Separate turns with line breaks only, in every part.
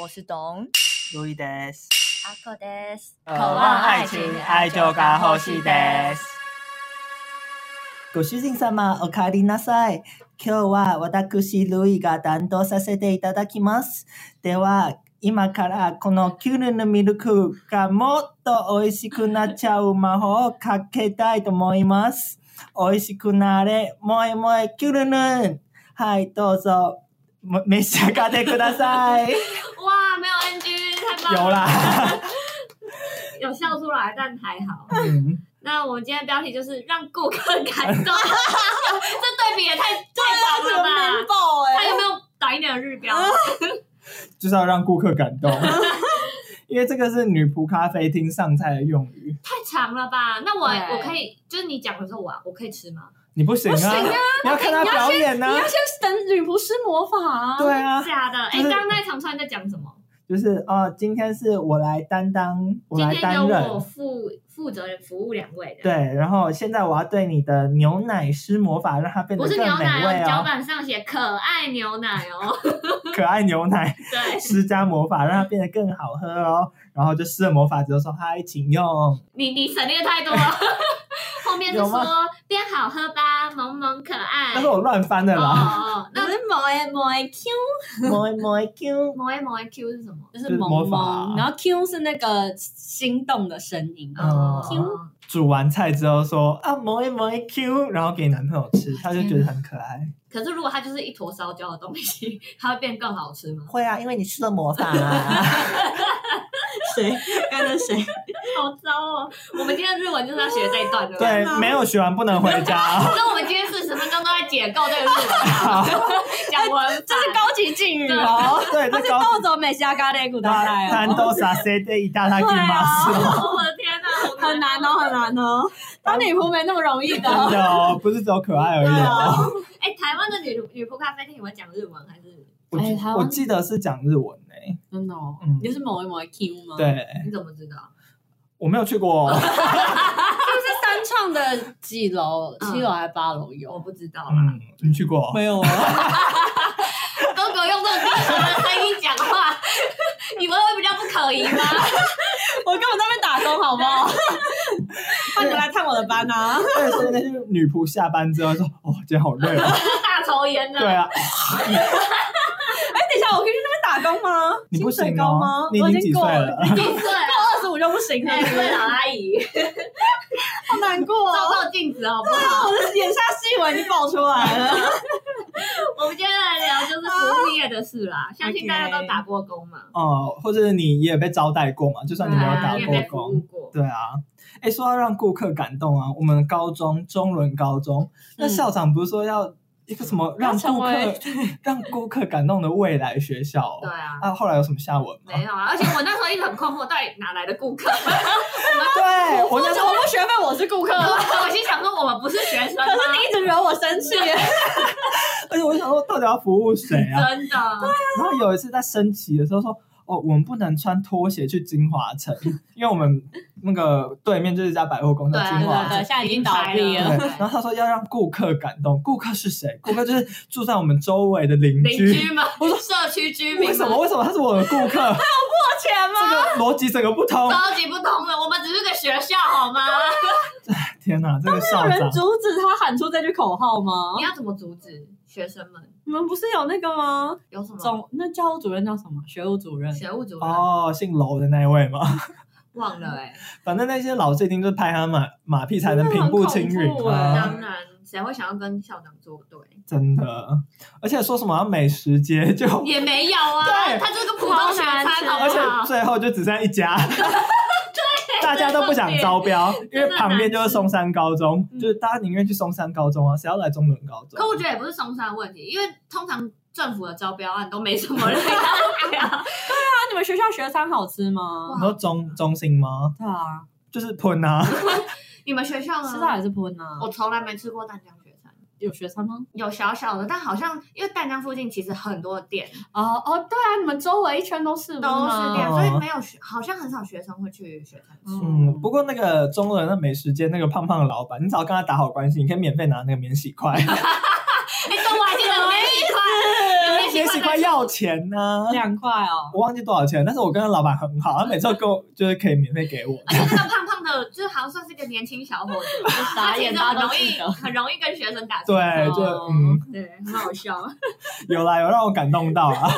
我是董
路易德斯，
阿克です。
渴。
望爱情愛情が欲しいです
ご主人様、お帰りなさい。今日は私、ルイが担当させていただきます。では、今からこのキュルのミルクがもっと美味しくなっちゃう魔法をかけたいと思います。美味しくなれ、もえもえキュルヌはい、どうぞ、も召し上がってくだ さい。
哇，没有 NG，太棒了！
有啦。
有笑出来，但还好。
嗯
那我们今天的标题就是让顾客 感动，这对比也太太长了吧？
爆
他有没有打一点日标？
就是要让顾客感动，因为这个是女仆咖啡厅上菜的用语。
太长了吧？那我
对
我可以，就是你讲的时候，我我可以吃吗？
你不行啊，
不行啊
你要看她表演呢、
你要先等女仆施魔法啊！
对啊，
假的！哎，
就是
刚刚那一场串在讲什么？
就是哦，今天是我来担当，我
今
来
天
担
由
任
我。负负责服务两位的。
对，然后现在我要对你的牛奶施魔法，让它变得
不
更
是
美
牛奶
味
哦，脚
哦。
板上写可爱牛奶 哦。
可爱牛奶
对，
施加魔法，让它变得更好喝哦。然后就施了魔法之后说：“嗨，请用。
你你省略太多了。 后面是
有吗
说变好喝吧，萌萌可”爱。
但是我乱翻的
哦
啦。
哦，哦
那
那
是萌哎萌哎 Q，
魔魔 Q，
萌 A 萌 A Q 是什么？
就是
是魔
萌萌，
法
然后 Q 是那个心动的声音。
嗯
哦
Q
煮完菜之后说：“啊，魔魔 Q。”然后给男朋友吃，他就觉得很可爱。
可是如果它就是一坨烧焦的东西， 它会变更好吃吗？
会啊，因为你吃了魔法、啊
谁？刚才谁？
好糟哦！我们今天的日文就是要学这一段，对不对？
对，没有学完不能回 家。
那我们今天四十分钟都在解构这个 日文，讲
哎
文
这是
法。
高级敬语哦。
对，这高
暴走美西亚咖喱古达奈
担
哦，
当させていただきます。
我的天哪，啊
很难哦，很难哦。当女仆没那么容易
真
的。
的哦，不是只有可爱而已哦。
哎，台湾的女女仆咖啡厅，你们讲日文还是
我
哎台湾
我记得是讲日文诶。
真的哦
嗯
你就是某一某一 Q 吗？，
对，
你怎么知道？
我没有去 过哦。
是三创的几楼？
嗯
七楼还是八楼
我
有？
不知道啦。
嗯，你去过？
没有啊，
哥哥用这种低沉的声音讲话，你们会比较不可 疑吗？
我根本在那边打工，好不 好？快点来探我的班啊！
对，所以那些女仆下班之后说：“哦，今天好累 哦。
大抽烟”呢？
对啊，
哎，等一下，我可以去那边打工吗？
你不
薪水
行
高
哦
吗，？
你
我
已经几岁
够
了？
几 岁啊？
二十五就不行了
哎，，对，老阿姨，
啊好难过
照
哦。
照镜子好不好？
我的眼下细纹已经爆出来了。
我们今天来聊就是服务业的事 啦，相信大家都打过工嘛，
哦，或者你也被招待过嘛？就算你没有打
啊你也
过
被服务
工，
过。
对啊。哎，说到让顾客感动啊，我们高中中伦高中，
嗯
那校长不是说要一个什么让
要成
顾客
为
让顾客感动的未来学校、
对
哦？
啊，
啊，后来有什么下文吗？
没有啊，而且我那时候一直很困惑，到底哪来的 顾客？
对， 我那时候
我不学费，我是顾客。
我心想说，我们不是学生吗
可？是你一直惹我生气，
而且我就想说，到底要服务谁啊？
真的，
然后有一次在升旗的时候说，哦，我们不能穿拖鞋去金华城，因为我们那个对面就是一家百货公司
对啊
金华
对
城
啊。
现在已经
对 啊
对，然后他说要让顾客感动，顾客是谁？顾客就是住在我们周围的邻
邻
居。
居吗？社区居民吗
为什么？？为什么他是我的顾 客？
钱
这？个逻辑整个不 通。
超级不通的，我们只是个学校好吗？
天哪，这个
有
校
人
长
阻止他喊出这句口号
哦
吗
你？要怎么阻止学生们？
你们不是有那个吗？
有什么
总那教务主任叫什么？学务主任？
学务主任
哦，姓楼的那一位吗？
忘了哎？
反正那些老师一定就是拍他马马屁才能平步青
真的
云
很恐怖啊
啊
当！然，谁会想要跟校长作对？
真的，而且说什么要美食 街就，
也没有啊，
对
他就是个普通学餐，
啊
好
而
不
且
好？
最后就只剩一 家，大家都不想招标，因为旁边就是松山高中，
嗯
就是大家宁愿去松山高中啊，谁要来中仑高中
可？我觉得也不是松山的问题，因为通常政府的招标案都没什 么人要标。
那你们学校学餐好吃吗
你？说中中心吗？
对啊，
就是喷啊，
你们学校
吃到
呢？
也是喷啊。
我从来没吃过淡江学餐，
有学餐吗？
有小小的，但好像因为淡江附近其实很多店
哦哦，对啊，你们周围一圈都是
都是店，
哦
所以没有学，好像很少学生会去学餐吃。
嗯，不过那个中仑的美食街那个胖胖的老板，你只要跟他打好关系，你可以免费拿那个免洗筷，
哎，中午还记得免洗筷，有免洗
免洗
筷
筷
在
要钱呢、
两块哦。
我忘记多少钱，但是我跟老板很好，他每次都跟我就是可以免费给我。
而且那个胖胖的，就是好像算是个年轻小伙子，
傻眼，
他
大
其
家
实
都记
很容
得
易，很容易跟学生打成
对，
招呼
就
哦
嗯，
对，很好笑。
有啦，有让我感动到啊。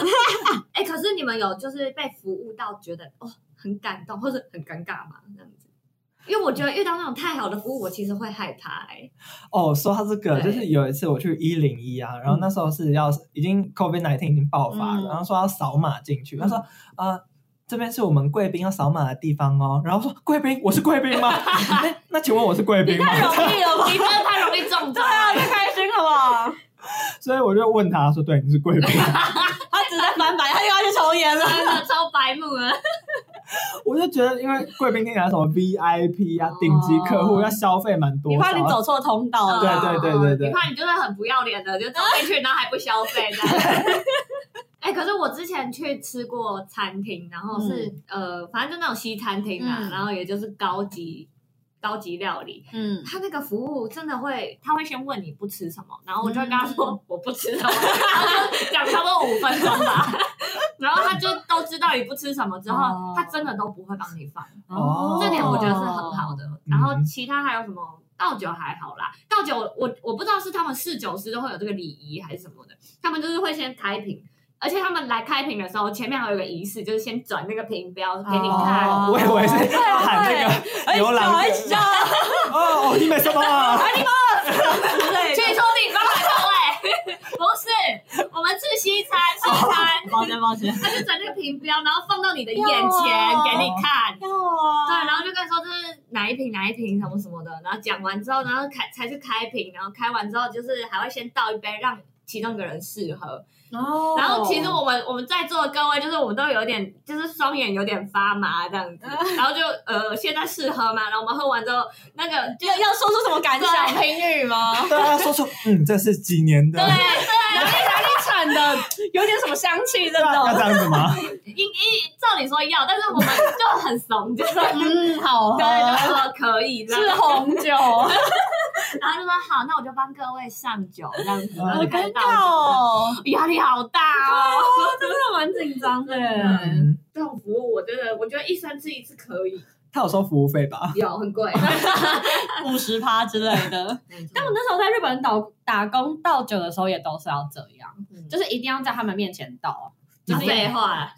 哎、可是你们有就是被服务到觉得哦很感动，或者很尴尬吗？这样子？因为我觉得遇到那种太好的服务，我其实会害怕、哎，
哦，说到这个，
对
就是有一次我去一零一啊，然后那时候是要已经 COVID 1 9已经爆发了，
嗯
然后说要扫码进去，他说啊、呃这边是我们贵宾要扫码的地方哦，然后说贵宾，我是贵宾 吗？那那请问我是贵宾吗？
太容易了吧？
你真的太容易中
对
招
啊，
了。
太开心了吧？
所以我就问他说，对，你是贵 宾，
他只在翻白，他又要去抽 烟了。
真的超白目了，
我就觉得因为贵宾听起来什么 VIP 啊
哦，
顶级客户要消费蛮多
你
少
怕你
啊，
走错通道了。
对对对对对
你怕你就是很不要脸的，就走进去然后还不消费这样。 哎、可是我之前去吃过餐厅，然后是、呃，反正就那种西餐厅啊，
嗯
然后也就是高级高级料理，
嗯，
他那个服务真的会，他会先问你不吃什么，然后我就会跟他说、
嗯
我不吃什么， 然后就讲差不多五分钟吧，然后他就都知道你不吃什么之后，
哦
他真的都不会帮你放，
哦
这点我觉得是很好。的。然后
嗯
其他还有什么倒酒还好啦，倒酒我我不知道是他们侍酒师都会有这个礼仪还是什么的，他们就是会先开瓶。而且他们来开瓶的时候，前面还有一个仪式，就是先转那个瓶标给你看，
哦
我以为是
对啊
喊那个
哎，
牛郎
小一 笑，
哦，哦你没什么啊？
之类
去
的。
抽地方来各位， 不是，我们吃西餐，西餐，
抱歉抱歉。
他就整那个瓶标，然后放到你的眼
要
前
啊
给你 看。
要啊。
对，然后就跟你说这是哪一瓶哪一瓶什么什么的，然后讲完之后，然后开才去开瓶，然后开完之后就是还会先倒一杯让其中一个人试喝。
哦
然后其实我们我们在座的各位就是我们都有点就是双眼有点发麻这样子，然后就呃现在试喝嘛，然后我们喝完之后那个
要要说出什么感想？
小
评语吗？
对啊，说出嗯，这是几年的
对，
啊
对，
哪里哪里产的，有点什么香气这
要
种。
这样子吗？
应应照理说要，但是我们就很怂，就是。
嗯，好喝
对，就说可以，这
是
样
红酒，
然后就说好，那我就帮各位上酒这样子，
好
然后
好
就开
尴
始倒
尬
酒，
哦。啊
压力好大哦，真的蛮紧张 的。
对
嗯
这种服务我真的，我觉得一生吃一次可以，
他有收服务费吧？
有很 贵。
啊五十趴之类的。 但我那时候在日本岛打工倒酒的时候，也都是要这样，
嗯
就是一定要在他们面前啊倒。
就废 话，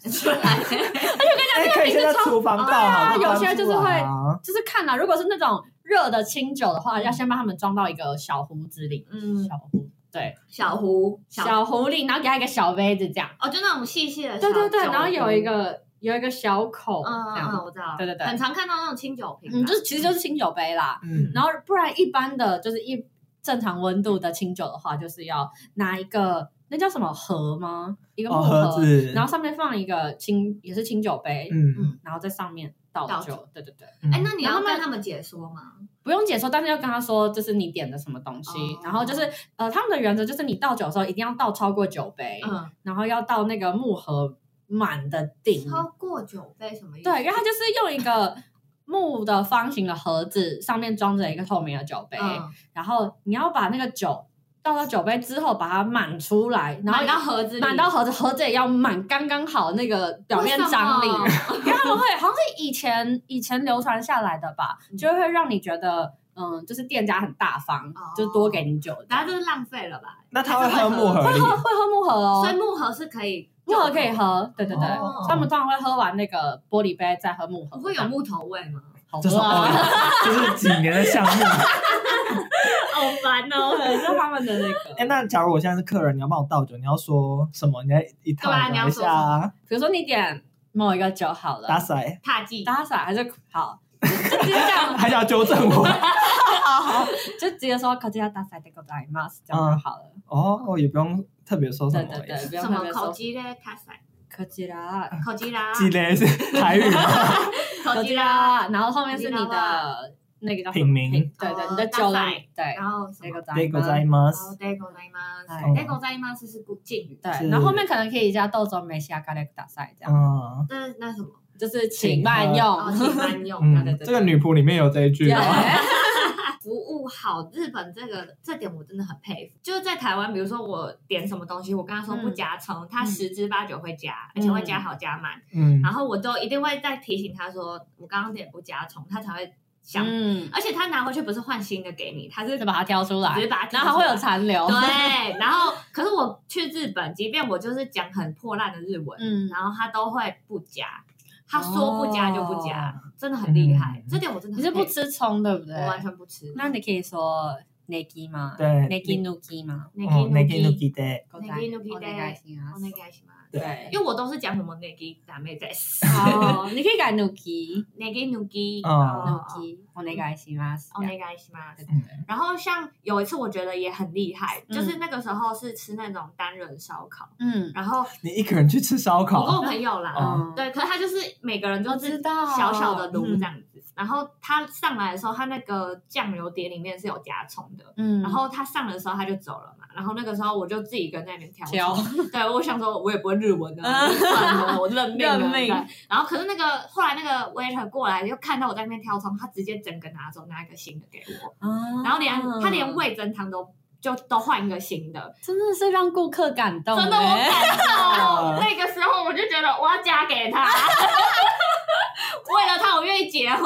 哎，可以先在厨房倒好，
对啊
不
有些就是会
端出来啊
就是看啦、如果是那种热的清酒的话，要先帮他们装到一个小壶子里，
嗯，
小壶对，
小壶，
小壶里，然后给他一个小杯子这样。嗯
哦，就那种细细的，
对对对，然后有一，个有一个小口
嗯嗯
这
嗯，
样，
我知道，
对对对
很常看到那种清酒瓶啊，
嗯，就是其实就是清酒杯啦。
嗯，
然后不然一般的就是一正常温度的清酒的话，就是要拿一个那叫什么盒吗？一个木
哦，盒子，
然后上面放一个清也是清酒杯，
嗯，
然后在上面倒
倒
酒。
酒
对对对，
哎，那你
然
要
后他们
跟他们解说吗？
不用解说，但是要跟他说这是你点的什么东西。
哦
然后就是呃，他们的原则就是你倒酒的时候一定要倒超过酒杯，
嗯，
然后要倒那个木盒满的顶。
超过酒杯什么意思？嗯
对，因为它就是用一个木的方形的盒子，上面装着一个透明的酒杯，
嗯
然后你要把那个酒倒到酒杯之后，把它满出来，然后
满到盒子里，
满到盒子，盒子也要满刚刚好那个表面张力
为。什么
因为他们会好像是以前以前流传下来的吧，
嗯
就会让你觉得。嗯，就是店家很大方，
哦
就多给你酒，
然后就是浪费了吧？
那他会喝木盒
会
里
喝 会喝木盒哦
所以，木盒是可以，
木盒可以，喝，对对对，
哦
他们通常会喝完那个玻璃杯再喝木盒，
不会有木头味吗？
好
这是
多啊，
这是几年的项目。
好烦哦！
对，就是他们的那个。
哎，那假如我现在是客人，你要帮我倒酒，你要说什么？你要一套
对啊你
聊
要
一
说
下啊，
比如说嗯你点某一个酒好了，
打塞，
踏剂，
打伞还是好，就直接这样，
还要纠正 我。
好好，就直接说こちら打伞でございます，这样就好了。
哦，哦，也不用特别说什
对
嗯么
对
欸。
对，不用
什
特
么
别
口
说。
鸡嘞？卡塞，
こちら
口鸡啦，
记得是台语吗？
口鸡啦，
啦，然后后面是你的那个叫什么
品名
对对，
哦
你的酒的
大赛
对，
然后什
那
么
个？
でござ
い
い
ます
ます。
哦，对，ございます，
はい
对，ございます是敬语，
对，
是
然后后面可能可以加豆种梅西亚咖喱打赛这样，
嗯。
那那什么？
就是请慢用
哦，。请慢用。
对对
嗯，
对
这个女仆里面有这一句哦。
对
服务好日本这个这点我真的很佩服。就是在台湾，比如说我点什么东西，我跟他说
嗯
不加葱，他十之八九会加，而且会加好加满。
嗯
然后我都一定会再提醒他说，我刚刚点不加葱，他才会想。
嗯，
而且他拿回去不是换新的给你，他是
就把它挑出来
直，接把它
然后还
挑出
会
来
有残留。
对，然后可是我去日本，即便我就是讲很破烂的日文，
嗯，
然后他都会不加，他说不加就不加，真的很
嗯
厉害，这点我真的
哦你
很
是不
佩服，
吃葱对不对？
我完全不吃。
那你可以说 negi 吗？
对哦
，negi nuki 吗？
那
嗯，那个 n u
nuki
k 的，
Negi nuki
お願いします
那个什么？
对
因，为我都是讲我们 negi 打妹在
哦，你可以改 nuki
negi nuki
嗯
哦 nuki，お願いします。
哦那个什么？
对对对，
然后像有一次我觉得也很厉害，
嗯
就是那个时候是吃那种单人烧烤，
嗯，
然后
你一个人去吃烧
我跟
烤，
我朋友啦，
嗯，
对，可是它就是每个人就
我
是
知道
小小的炉
嗯
这样子，然后它上来的时候，它那个酱油碟里面是有加葱的，
嗯，
然后它上的时候它就走了嘛，然后那个时候我就自己一个人在那边挑
挑
葱，对我想说我也不会日文的，啊
嗯
我就算了，我认命了，
认命
对然后可是那个后来那个 waiter 过来就看到我在那边挑葱，他直接整个拿走拿一个新的给我，
啊
然后连他连味增汤都。就都换一个新的，
真的是让顾客感动欸，
真的我 感动。那个时候我就觉得我要嫁给他，为了他我愿意结婚。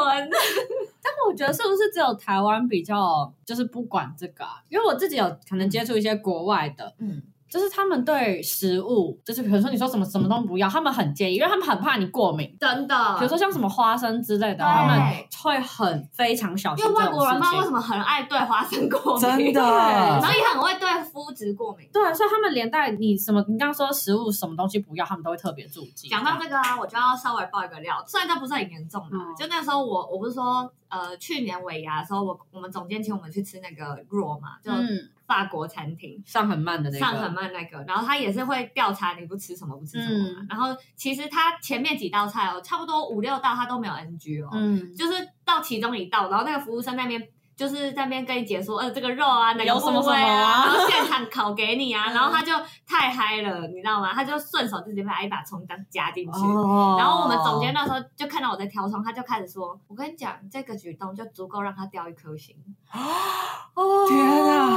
我觉得是不是只有台湾比较就是不管这个、啊？因为我自己有可能接触一些国外的，
嗯，
就是他们对食物，就是比如说你说什么什么都不要，他们很介意，因为他们很怕你过敏。
真的。
比如说像什么花生之类的，
对
他们会很非常小
因
心
为
这种
外
事情。
国人不知道为什么很爱对花生过敏，
真
对
的
然，后也很会对肤质过敏。
啊对，啊所以他们连带你什么，你刚刚说食物什么东西不要，他们都会特别注意。
讲到这个啊，我就要稍微爆一个料，虽然这不是很严重的，
嗯
就那时候我我不是说呃去年尾牙的时候，我我们总监请我们去吃那个 raw 嘛，就
嗯，
法国餐厅，
上很慢的那个，
上很慢那个，然后他也是会调查你不吃什么不吃什么嘛、
嗯
然后其实他前面几道菜哦，差不多五六道他都没有 NG 哦，
嗯，
就是到其中一道，然后那个服务生那边就是在那边跟你解说，呃，这个肉啊，哪个
有什么
部位
什么啊
啊，然后现场烤给你啊，
嗯
然后他就太嗨了，你知道吗？他就顺手直接把一把葱当加进去。
哦
然后我们总监那时候就看到我在挑葱，他就开始说：“我跟你讲，这个举动就足够让他掉一颗星。”
哦
天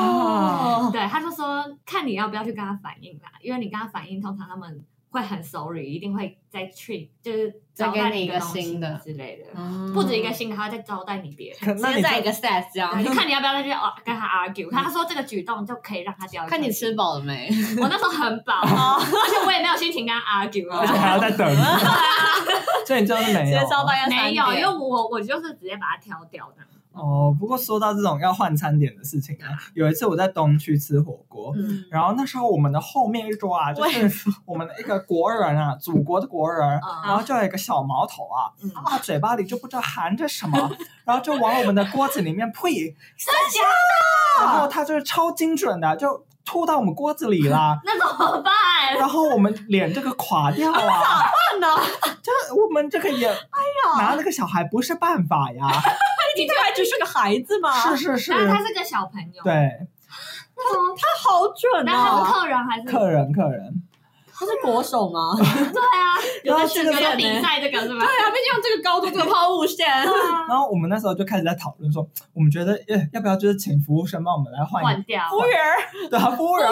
啊
对，他就说看你要不要去跟他反映啦，因为你跟他反映，通常他们会很 sorry，一定会再去就是
再
招
给
待
你一
一
个
东西
新的
之类的，
嗯
不止一个新的，他会再招待你别的。
可那
直接
你
在一
就
个 set 这样，
对，就看你要不要再去哦跟他 argue。他说这个举动就可以让他掉。
嗯看你，哦吃饱了没？
我那时候很饱，而且我也没有心情跟他 argue
而且
哦
还要
啊。
再等， 所以你就是没有啊
到要
没有，因为我我就是直接把它挑掉的。
哦。不过说到这种要换餐点的事情啊，有一次我在东区吃火锅，
嗯，
然后那时候我们的后面一桌啊，就是我们的一个国 人啊，祖国的国人，
嗯
然后就有一个小毛头啊，
嗯，
他嘴巴里就不知道含着 什么，然后就往我们的锅子里面呸，
啊
然后他就是超精准的，就吐到我们锅子里啦
那怎么办？
然后我们脸这个垮掉啊，
呢，
就我们这个也 拿那个小孩不是办法呀，
你这还只是个孩子吗
是是是，
那他是个小朋友，，
对，
那怎么？
他好准啊
那他是！客人还是？
客人客人，
他是国手吗？
对啊，
然后
在
这
选
个
择
有
时候
在比赛这个是吧？
啊，毕竟用这个高度，这个抛物 线，
然后我们那时候就开始在讨论说，我们觉得呃要不要就是请服务生帮我们来换一
换掉，
务员儿，
个，对啊，服务员，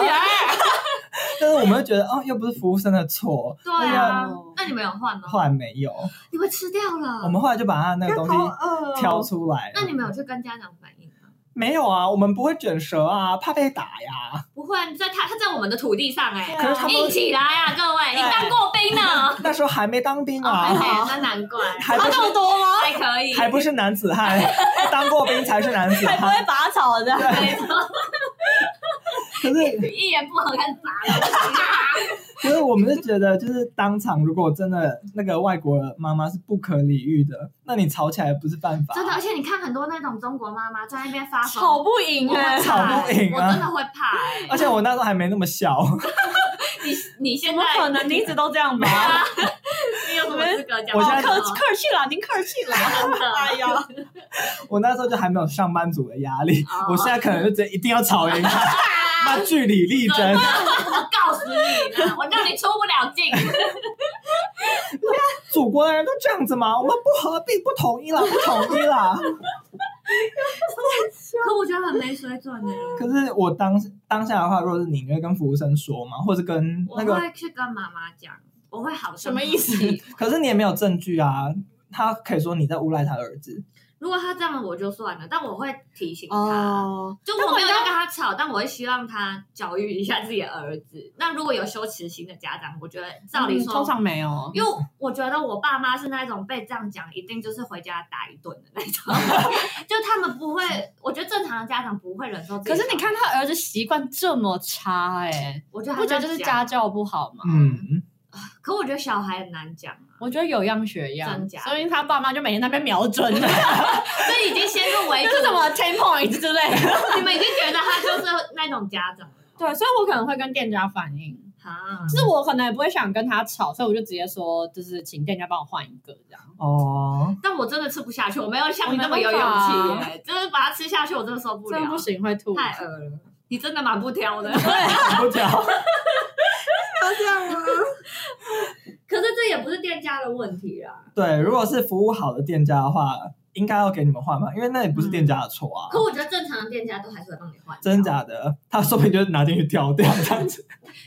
但是我们就觉得哦，又不是服务生的错，
对啊
哦，
那你们有换吗？
后来没有，
你们吃掉了。
我们后来就把他那个东西
饿哦
挑出来了
哦那你们有去跟家长反映吗？
没有啊，我们不会卷舌啊，怕被打呀。
不会，在他他在我们的土地上哎、
可是他们啊
硬起来啊，各位，你当过 兵呢？
那时候还没当兵
哦，
啊，
对那难怪，
还不是
么多吗？
还可以，
还不是男子汉，当过兵才是男子
还不
汉。
会拔草的，
没错
可是
一言不合开始打了。
可是我们是觉得，就是当场如果真的那个外国妈妈是不可理喻的，那你吵起来不是办法。啊
真的，而且你看很多那种中国妈妈在那边发
啊
疯，
吵不赢
我会
哎
怕，
吵不赢啊
我真的会怕 哎、
而且我那时候还没那么小，
你你现
怎
在
么可能？你一直都这样吧？
你有什么资格讲？
我现在
客客气了，您客气了，
真的
哎呀，
我那时候就还没有上班族的压力
哦，
我现在可能就直接一定要吵 赢他，那据理力争。
我告诉你 呢，我让你出不了境。
祖国的人都这样子吗？我们不合并，不统一啦，不统一啦。
可我觉得很没水准呢、
可是我当当下的话，如果是你，你会跟服务生说吗？或是跟
我
那个？
会去跟妈妈讲，我会好
什么意思
生气
可是你也没有证据啊，他可以说你在诬赖他儿子。
如果他这样，我就算了，但我会提醒他。
哦，
就我没有要跟他吵，但我会希望他教育一下自己的儿子。那如果有羞耻心的家长，我觉得照理
嗯
说，
通常没有，
因为我觉得我爸妈是那种被这样讲，一定就是回家打一顿的那种， 就他们不会，我觉得正常的家长不会忍受。
可是你，看他儿子习惯这么差、哎，
我觉得
不觉得就是家
长，
教不好
哦
吗？
嗯，
可我觉得小孩很难讲啊，
我觉得有样学样
真，假
所以他爸妈就每天在那边瞄准了，
所以已经先入 为
就
主，
是什么 ten point 之类的。
你们已经觉得他就是那种家长了
对，所以我可能会跟店家反映，
啊。
就是我可能也不会想跟他吵，所以我就直接说，就是请店家帮我换一个这样。
哦，
但我真的吃不下去，我没有像
我
你
没
那么有勇
办法啊
气耶、就是把它吃下去，我真的受不
真
了，
的不行，会吐。
太饿了。你真的蛮不挑的，
不讲。
这样吗？
可是这也不是店家的问题啦。
对，如果是服务好的店家的话，应该要给你们换吧，因为那也不是店家的错啊。
可我觉得正常的店家都还是会帮你换，
真？假的，他说不定就是拿进去挑掉这样子。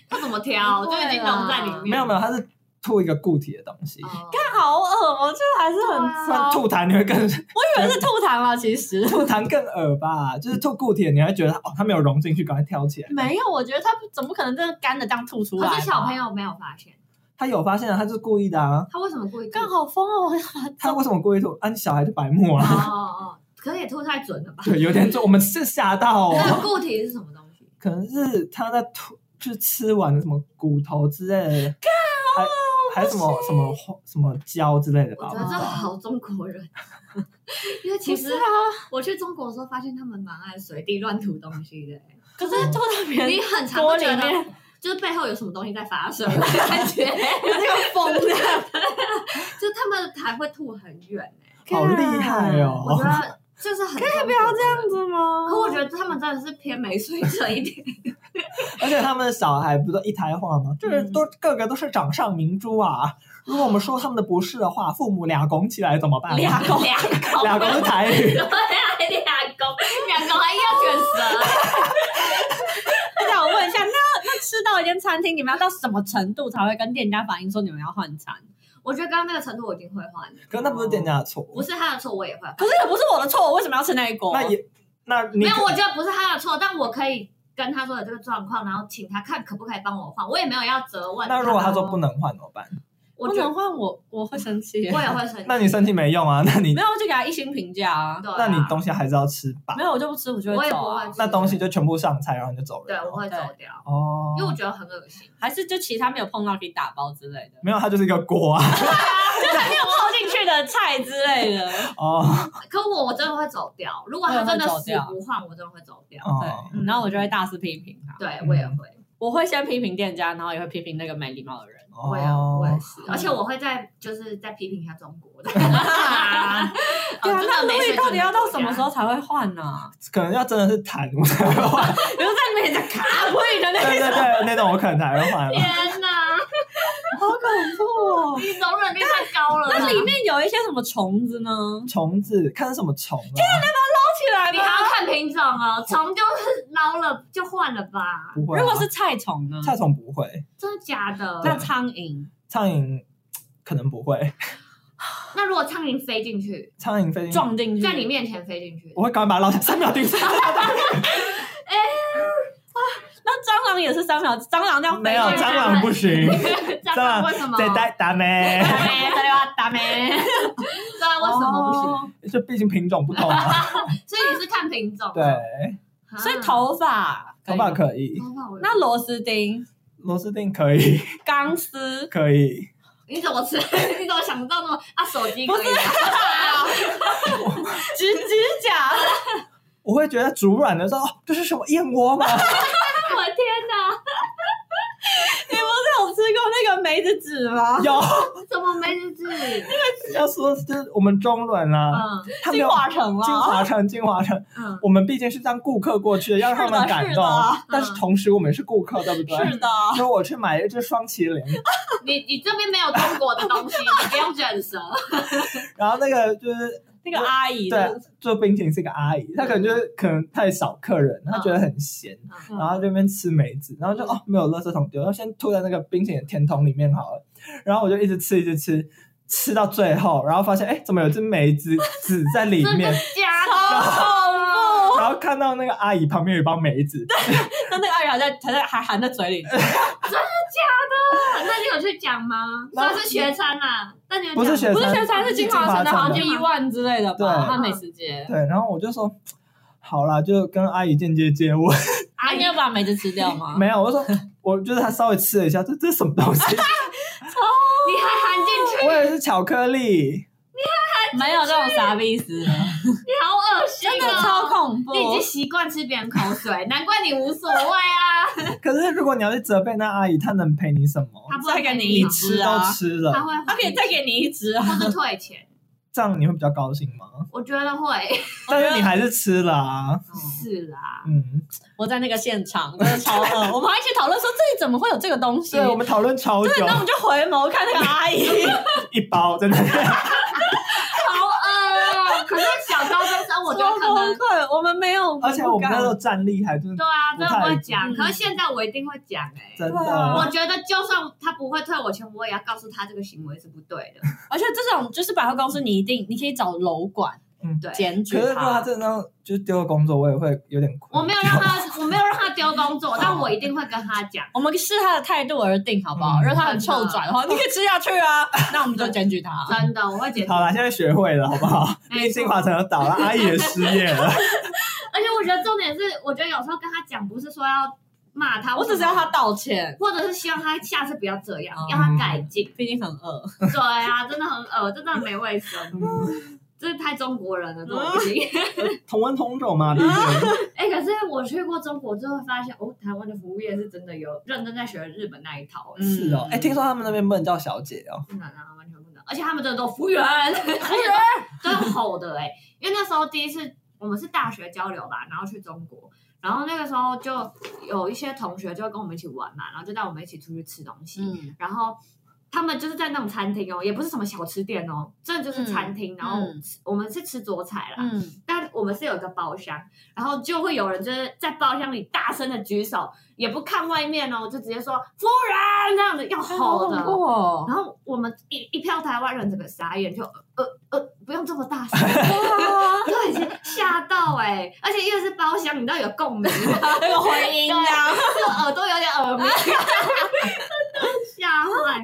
他怎么挑？
不
就
会啦
已经融在里面。
没有没有，他是吐一个固体的东西。
哦，
好恶哦，这还是
很
很
不然
糟。
吐痰你会更
我以为是吐痰了，其实
吐痰更恶吧？就是吐固体，你会觉得哦，它没有融进去，赶快挑起来。
没有。我觉得他怎么可能真的干的这样吐出来？
可是小朋友没有发现，
他有发现啊，他就是故意的啊。
他为什么故意吐
刚好疯哦，
他为什么故意吐？啊，你小孩就白目
哦
啊。
哦哦，可是也吐太准了吧？
对，有点重，我们是吓到哦。
那个固体是什么东西？
可能是他在吐，就是吃完的什么骨头之类的，还还有什么什么花什么胶之类的
我
吧，
觉
我
得
不
这
知道。
好中国人，因为其
不
实
是啊。
我去中国的时候，发现他们蛮爱随地乱吐东西的。
可是吐到别
你
人
很常
锅
会
里
觉得
面，
就是背后有什么东西在发生的感觉，
有那个风 的，
就他们还会吐很远呢、
好厉害
我觉
哦！
得就是很可以不要这
这样。子吗？
可我觉得他们真的是偏没水准一点，
而且他们的小孩不都一胎化吗？就是
嗯
都个个都是掌上明珠啊！如果我们说他们的不是的话，父母俩拱起来怎么办？啊
俩 拱
俩 公，
俩拱是台语
对，啊，俩公，俩公还要卷舌，
那想问一下，那那吃到一间餐厅，你们要到什么程度才会跟店家反映说你们要换餐？
我觉得刚刚那个程度我已经会换了，哦
可是那不是店家的错，
不是他的错，我也会换。
可是也不是我的错，我为什么要吃那一锅？
那也那你
没有，我觉得不是他的错，但我可以跟他说有这个状况，然后请他看可不可以帮我换，我也没有要责问。哦
那如果他说不，能换怎么办？
我
不
觉得
能换我，我会生气。
我也会生气。
那你生气没用啊，那你
没有，就给他一星评价啊。
对啊
那你东西还是要吃吧
没，有，我就不吃，我就
我也
会
不
走
会
啊。
吃，
那东西就全部上菜，然后你就走人
对
了。
我会走掉，
哦，
因为我觉得很恶心。
还是就其他没有碰到可以打包之类的，
没有，它就是一个锅啊。
就还没有泡进去的菜之类 的。
哦
可我我真的会走掉，如果他真的死不换，我真的会走掉。
哦，
对，然后我就会大肆批评他。
对我也会，
我会先批评店家，然后也会批评那个没礼貌的人。
我也我也
哦
是，而且我会再就是再批评一下中 国的。哦
对啊，那
路
路
易
易到底要到什么时？候才会换啊呢？
可能要真的是痰，我才会 换。
比如在里面在卡位的那
对对对，那种我可能才会换。啊
天哪，
好恐怖哦！
你容忍力太高了。
那里面有一些什么虫子呢？
虫子，看是什么虫啊？
起来
你还要看品种哦，虫就是捞了就换了吧，
不会啊。
如果是菜虫呢？
菜虫不会，
真的假的？
那苍蝇，
苍蝇可能不会，
那如果苍蝇飞进去，
苍蝇飞进去，
撞进去
在你面前飞进去，
我会赶快把它捞起来，三秒定死。
那蟑螂也是三秒，蟑螂那样飞
没有
进去
蟑螂不行，
蟑螂 为什么？
在带打没？
打咩对吧？打 咩？
蟑螂啊为什
哦
么不行？
行？
就毕竟品种不同嘛。
所以你是看品种，
对，
啊，
所以头发，
头发
以吗。
可以，
头发我
那螺丝钉、
螺丝钉可以，
钢丝，
可以。
你怎 么吃？你怎么想到那么啊？手机可以
不是
啊
指指甲，
我会觉得煮软的时候，哦这是什么燕窝吗？
我的天哪，
你不是有吃过那个梅子籽吗？
有，
怎么没日志？
要说就是我们中软啦、
嗯
他们
金
有
华城
金
啊，
华城，金华城，
嗯，
我们毕竟是当顾客过去的，要让他们感
是
动
的是的。
但是同时我们是顾客，对不对？
是的。
所以我去买一只双麒麟，
你你这边没有中国的东西，你不用卷舌。
然后那个就是
那个阿姨
对，做冰淇淋是一个阿姨，她可能就是可能太少客人，她觉得很咸，
嗯
然后这边吃梅子，然后就哦没有垃圾桶丢，要先吐在那个冰淇淋的甜筒里面好了。然后我就一直吃，一直吃，吃到最后，然后发现哎怎么有只梅子籽在里
这
面
个？家
好恐怖！
然后看到那个阿姨旁边有一包梅子，
那那个阿姨还在还在还含在嘴里，
那你有去讲吗？
然后
算是学餐啦，但你有
不是学
不
生
是学才是金华城的，好像就一万之类的吧，
对
那美食节。
对，然后我就说。好啦，就跟阿姨间接接吻，
阿姨要把梅子吃掉吗？
没有，我就说， 我就是她稍微吃了一下，这这是什么东西？
你还含进去，
我也是巧克力，
没有这种傻逼死的，
你好恶心
真的啊
哦！
超恐怖
你。已经习惯吃别人口水，难怪你无所谓 啊。
可是如果你要去责备那阿姨，她能赔你什么？
他不会跟
你
你
你
吃
吃
啊
都吃
他
了，
会
他可以再给你一只啊！
或是退钱，
这样你会比较高兴吗？
我觉得会
但是你还是吃了啊。
哦
是啦。
嗯，
我在那个现场真的超饿，我们还一起讨论说这里怎么会有这个东西
对，。我们讨论超久，
那我们就回眸看那个阿 姨，
一包真的。
好饿哦，可是小高中生，我觉得可
崩
能
溃。我们没有，
而且我们那时候站立还真的
对啊，真的不会讲。
不太嗯
可是现在我一定会讲哎、
真
对啊
的
我觉得就算他不会退我钱，我也要告诉他这个行为是不对的。
而且这种就是百货公司，你一定你可以找楼管
对，
检举
可是如果他
他。
真的那样就丢了工作，我也会有点哭。
我没有让他，我没有让他丢工作，但我一定会跟他讲。
我们视他的态度而定，好不好？
嗯
如果他很臭拽的话，你可以吃下去 啊。那我们就检举他。
真的，我会解释。
好啦，现在学会了，好不 好？
没错
因为新华城要倒了，阿姨也失业了。
而且我觉得重点是，我觉得有时候跟他讲，不是说要骂他，
我只是要他，道歉，
或者是希望他下次不要这样，
嗯
要他改进。
毕竟很饿。
对啊，真的很恶，真的很没卫 生，这太中国人了，这种东西。
同文同种 嘛，毕竟。
哎、可是我去过中国之后，发现哦，台湾的服务业是真的有认真在学日本那一套、嗯，
是哦，哎，听说他们那边不能叫小姐哦。
不能啊，完全不能，而且他们真的都服务员，服务员都是吼的哎、因为那时候第一次我们是大学交流吧，然后去中国。然后那个时候就有一些同学就会跟我们一起玩嘛，然后就带我们一起出去吃东西。
嗯，
然后他们就是在那种餐厅哦，也不是什么小吃店哦，真的就是餐厅。然后
嗯
我们是吃桌菜啦，
嗯，
但我们是有一个包厢，然后就会有人就是在包厢里大声的举手，也不看外面哦，就直接说服务员这样子要吼 的。
哦，
然后我们一一票台湾人整个傻眼，就呃呃，不用这么大 声，对，是吓到哎、而且因为是包厢，你知道有共鸣吗？
那个回音啊，
就耳朵有点耳鸣，吓坏。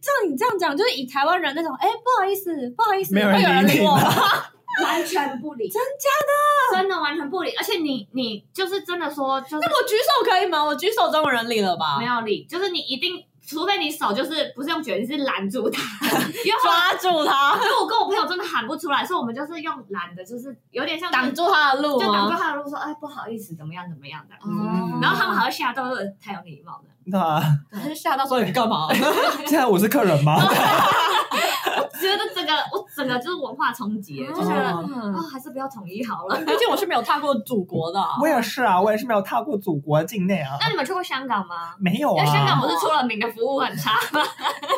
像你这样讲，就是以台湾人那种，哎，不好意思，不好意思，
没有人
会有人
理
理
你
我吗？
完全不理，真假的？真的完全不理，而且你你就是真的说，就是
我举手可以吗？我举手总有人理了吧
没？有理，就是你一定，除非你手就是不是用卷，你是拦住他，因为我
抓住他，
因为我跟我朋友真的喊不出来，所以我们就是用拦的，就是有点像是
挡住他的路
就挡住
吗？
他的路，说哎不好意思，怎么样怎么样的。
哦
然后他们还会吓到，就是太有礼貌了。
那
他就吓到说你干 嘛？
现在我是客人吗？
觉得整个我整个就是文化冲击，就觉得啊
嗯
还是不要统一好了。
毕竟我是没有踏过祖国的啊，
我也是啊，我也是没有踏过祖国境内啊，
那你们去过香港吗？
没有
因为
啊。
香港不是出了名的服务很差吗？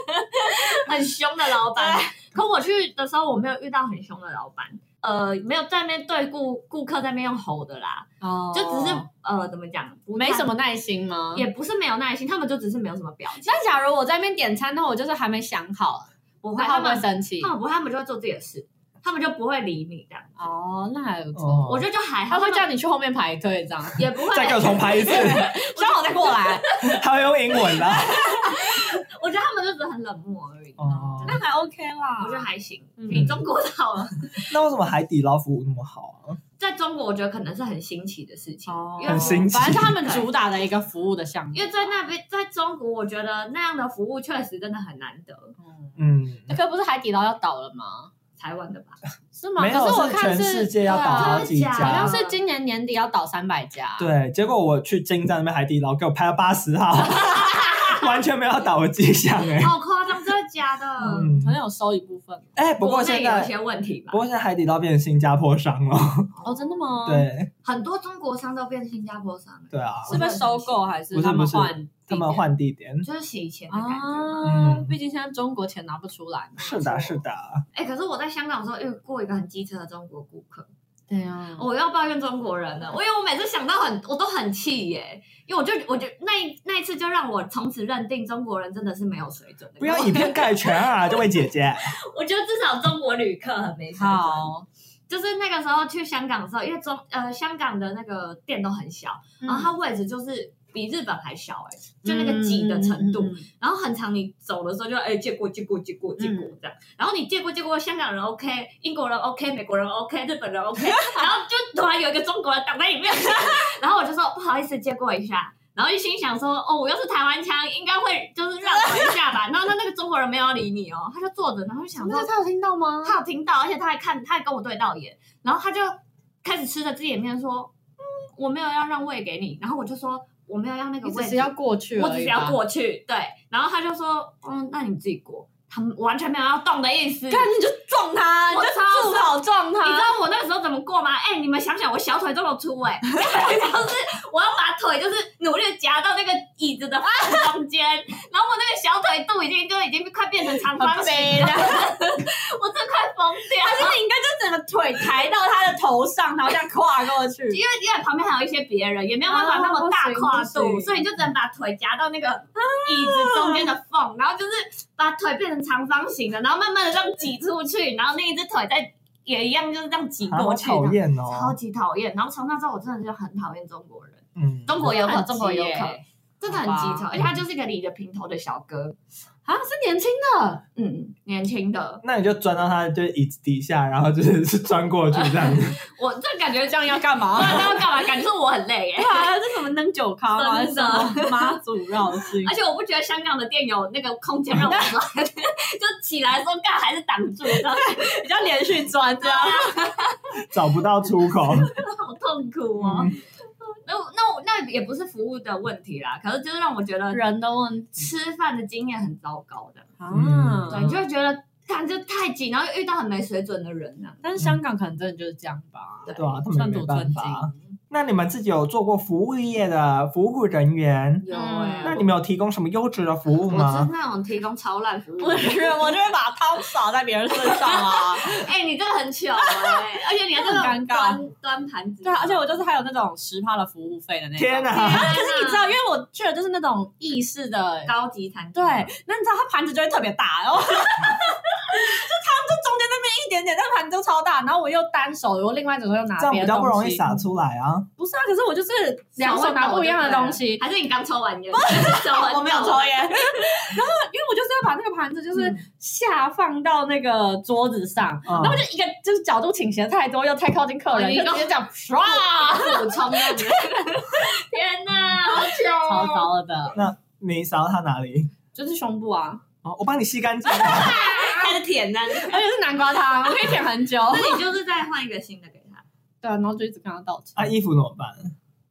很凶的老板。
哎
可我去的时候，我没有遇到很凶的老板，呃，没有在那边对顾顾客在那边用吼的啦，
哦
就只是呃怎么讲，不
没
看
什么，耐心吗？
也不是没有耐心，他们就只是没有什么表情，
那假如我在那边点餐，那我就是还没想好，
不
我
会，
会
他
不会
们
生气
他？们不会，他们就会做自己的事，他们就不会理你这样。
哦，那还有错。
哦
我觉得就还好，
他会
这
叫
样，
你去后面排队这样，
也不会，
再给我重拍一次，
稍后再过来。
他会用英文 啦。
我觉得他们就只是很冷漠而已。
哦，
那还 OK 啦
我觉得还行，
嗯
比中国的好了。
那为什么海底捞服务那么好啊？
在中国，我觉得可能是很新奇的事情，
哦
因为
很新奇
反正是他们主打的一个服务的项目，
因为在那边，在中国，我觉得那样的服务确实真的很难得，
嗯，
嗯，
那可不是海底捞要倒了吗？
台湾的吧？
是吗？
没有
可我看
是全世界要
对
倒
啊
好几家，
真的
好
假
像
的
是今年年底要倒三百家。，
对。结果我去金 站那边海底捞，给我拍到八十号，完全没有倒的迹象哎。
哦好夸张，真的假的？
嗯
可能有收一部分
哎、不过
国内
现
有一
在
些问题吧
不，过现在海底捞变成新加坡商了，
哦，真的吗？，
对
很多中国商都变成新加坡商了，
对啊，
是被收购还是
不是
他们
不是
换地点？
他们换地点，
就是洗钱的感觉。
啊
嗯，
毕竟现在中国钱拿不出来嘛。
是的，是的，
哎、可是我在香港的时候遇过一个很机车的中国顾客，
对啊，
我要抱怨中国人了，因为我每次想到很，我都很气耶，因为我就我就那一那一次就让我从此认定中国人真的是没有水准的。
不要以偏概全啊，这位姐 姐，
我觉得至少中国旅客很
哦
没水准。
好，
就是那个时候去香港的时候，因为中呃香港的那个店都很小，
嗯
嗯
啊
然后它位置就是比日本还小、哎，就那个挤的程度。
嗯，嗯嗯
然后很长，你走的时候就哎借过借过借过借过
嗯
这样，然后你借过借过，香港人 OK，英国人 OK，美国人 OK，日本人 OK，然 后就突然有一个中国人挡在里面， 然后我就说不好意思借过一下，然后一心想说哦，我又是台湾腔，应该会就是让我一下吧，然后他那个中国人没有要理你哦，他就坐着，然后就想
嗯
说
那他有听到吗？
他有听到，而且他还看，他还跟我对到眼，然后他就开始吃着自己的面说，嗯，我没有要让位给你，然后我就说我没有要那个
你只
位
是
置，
要过去，
我只是要。过去，对，然后他就说，嗯，那你自己过，他们完全没有要动的意思。
干你就撞他，你
我
就
超
助跑撞
你知
他。
道我那时候怎么过吗？哎、你们想想，我小腿这么 粗哎、就是我要把腿就是努力地夹到那个椅子的缝中间，然后我那个小腿肚已经就已经快变成长方形了， 我真的快疯掉。
但是你应该就整个腿抬到他的头上，然后这样跨过 去。
因为因为旁边还有一些别人，也没有办
啊
法那么大跨
哦不
度，
行
所以你就只能把腿夹到那个
啊
椅子中间的缝，然后就是把腿变成长方形的，然后慢慢的这样挤出去，然后另一只腿再也一样就是这样挤
好
过去
讨
的，
厌
超
哦，
级讨厌。然后从那之后，我真的就很讨厌中国人，
嗯，
中国游客，
很
中国游
急
客
耶
真的很
好吧
机车，而且他就是一个理着平头的小哥，
啊，是年轻的，
嗯，年轻的，
那你就钻到他就椅子底下，然后就是 是钻过去这样子，
我这感觉这样要，
干
不
嘛
然他要干嘛？感觉是我很累耶
对。啊，这什么能酒咖吗？还是
真
什
的
么妈祖绕境
而？且我不觉得香港的店有那个空间让我钻，就起来的时候干还是挡住，然后
比较连续钻这样。
找不到出口，
好痛苦
嗯
哦。那那我那也不是服务的问题啦，可是就是让我觉得
人的问题
吃饭的经验很糟糕的，
啊
嗯
对，你就会觉得干这太挤，然后又遇到很没水准的人呢、
但是香港可能真的就是这样吧，
对
对啊，他们
寸
也没
土
办
寸
法。
金。
那你们自己有做过服务业的服务人员？
有
嗯
哎，
那你们有提供什么优质的服务
我是
吗？
那种提供超烂服务
不
的，
是，我就是把汤洒在别人身上 啊。
哎、你真的很糗哎、而且你还在那种
很尴尬
端端盘子，
对啊，而且我就是还有那种十趴的服务费的那种。
天
哪！
哪！
可是你知道，因为我去的就是那种意式的，
高级餐
对，
厅，
那你知道它盘子就会特别大，然后 就汤就中间那边一点点，但盘子就超大，然后我又单手，我另外一只手又拿
这样
别
比
的
较不容
东
易
西。
洒出来啊！
不是啊，可是我就是两手拿不一样的东西，
还是你刚抽完 烟？
我没有抽烟，然后因为我就是要把那个盘子就是下放到那个桌子上，
嗯
然后就一个就是角度倾斜太多，又太靠近客
哦
人，
你
就
刚
直接这样 唰，
补充的。天哪，好糗
超
哦！
糟的，
你洒到他哪里？
就是胸部 啊，
哦，我帮你吸干净。啊
开始舔呢，
而且是南瓜汤，我可以舔很久。
那你就是再换一个新的给他。
对啊，然后就一直跟他道歉，
啊，衣服怎么办？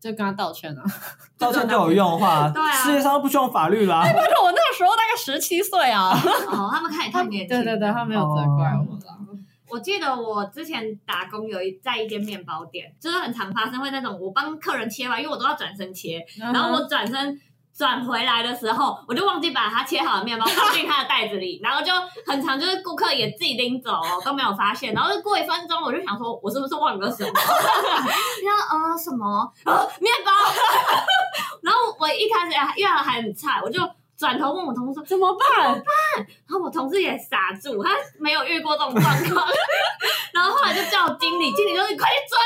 就跟他道歉啊。
道歉就有用的话，
对啊
世界上都不需要法律啦。
但是我那个时候大概十七岁啊，
哦，他们看你太年轻。
对对对， 他哦没有责怪我啦。
我记得我之前打工有一在一间面包店，就是很常发生会那种我帮客人切完，因为我都要转身切，然
嗯
后我转身。转回来的时候，我就忘记把他切好的面包放进他的袋子里，然后就很常就是顾客也自己拎走哦，都没有发现。然后就过一分钟，我就想说，我是不是忘了什么？ 然后呃什么呃面包， 然后我一开始还因为还很菜，我就转头问我同事说，
怎么办？
然后我同事也傻住，他没有遇过这种状况， 然后后来就叫我经理，经理就是你快去追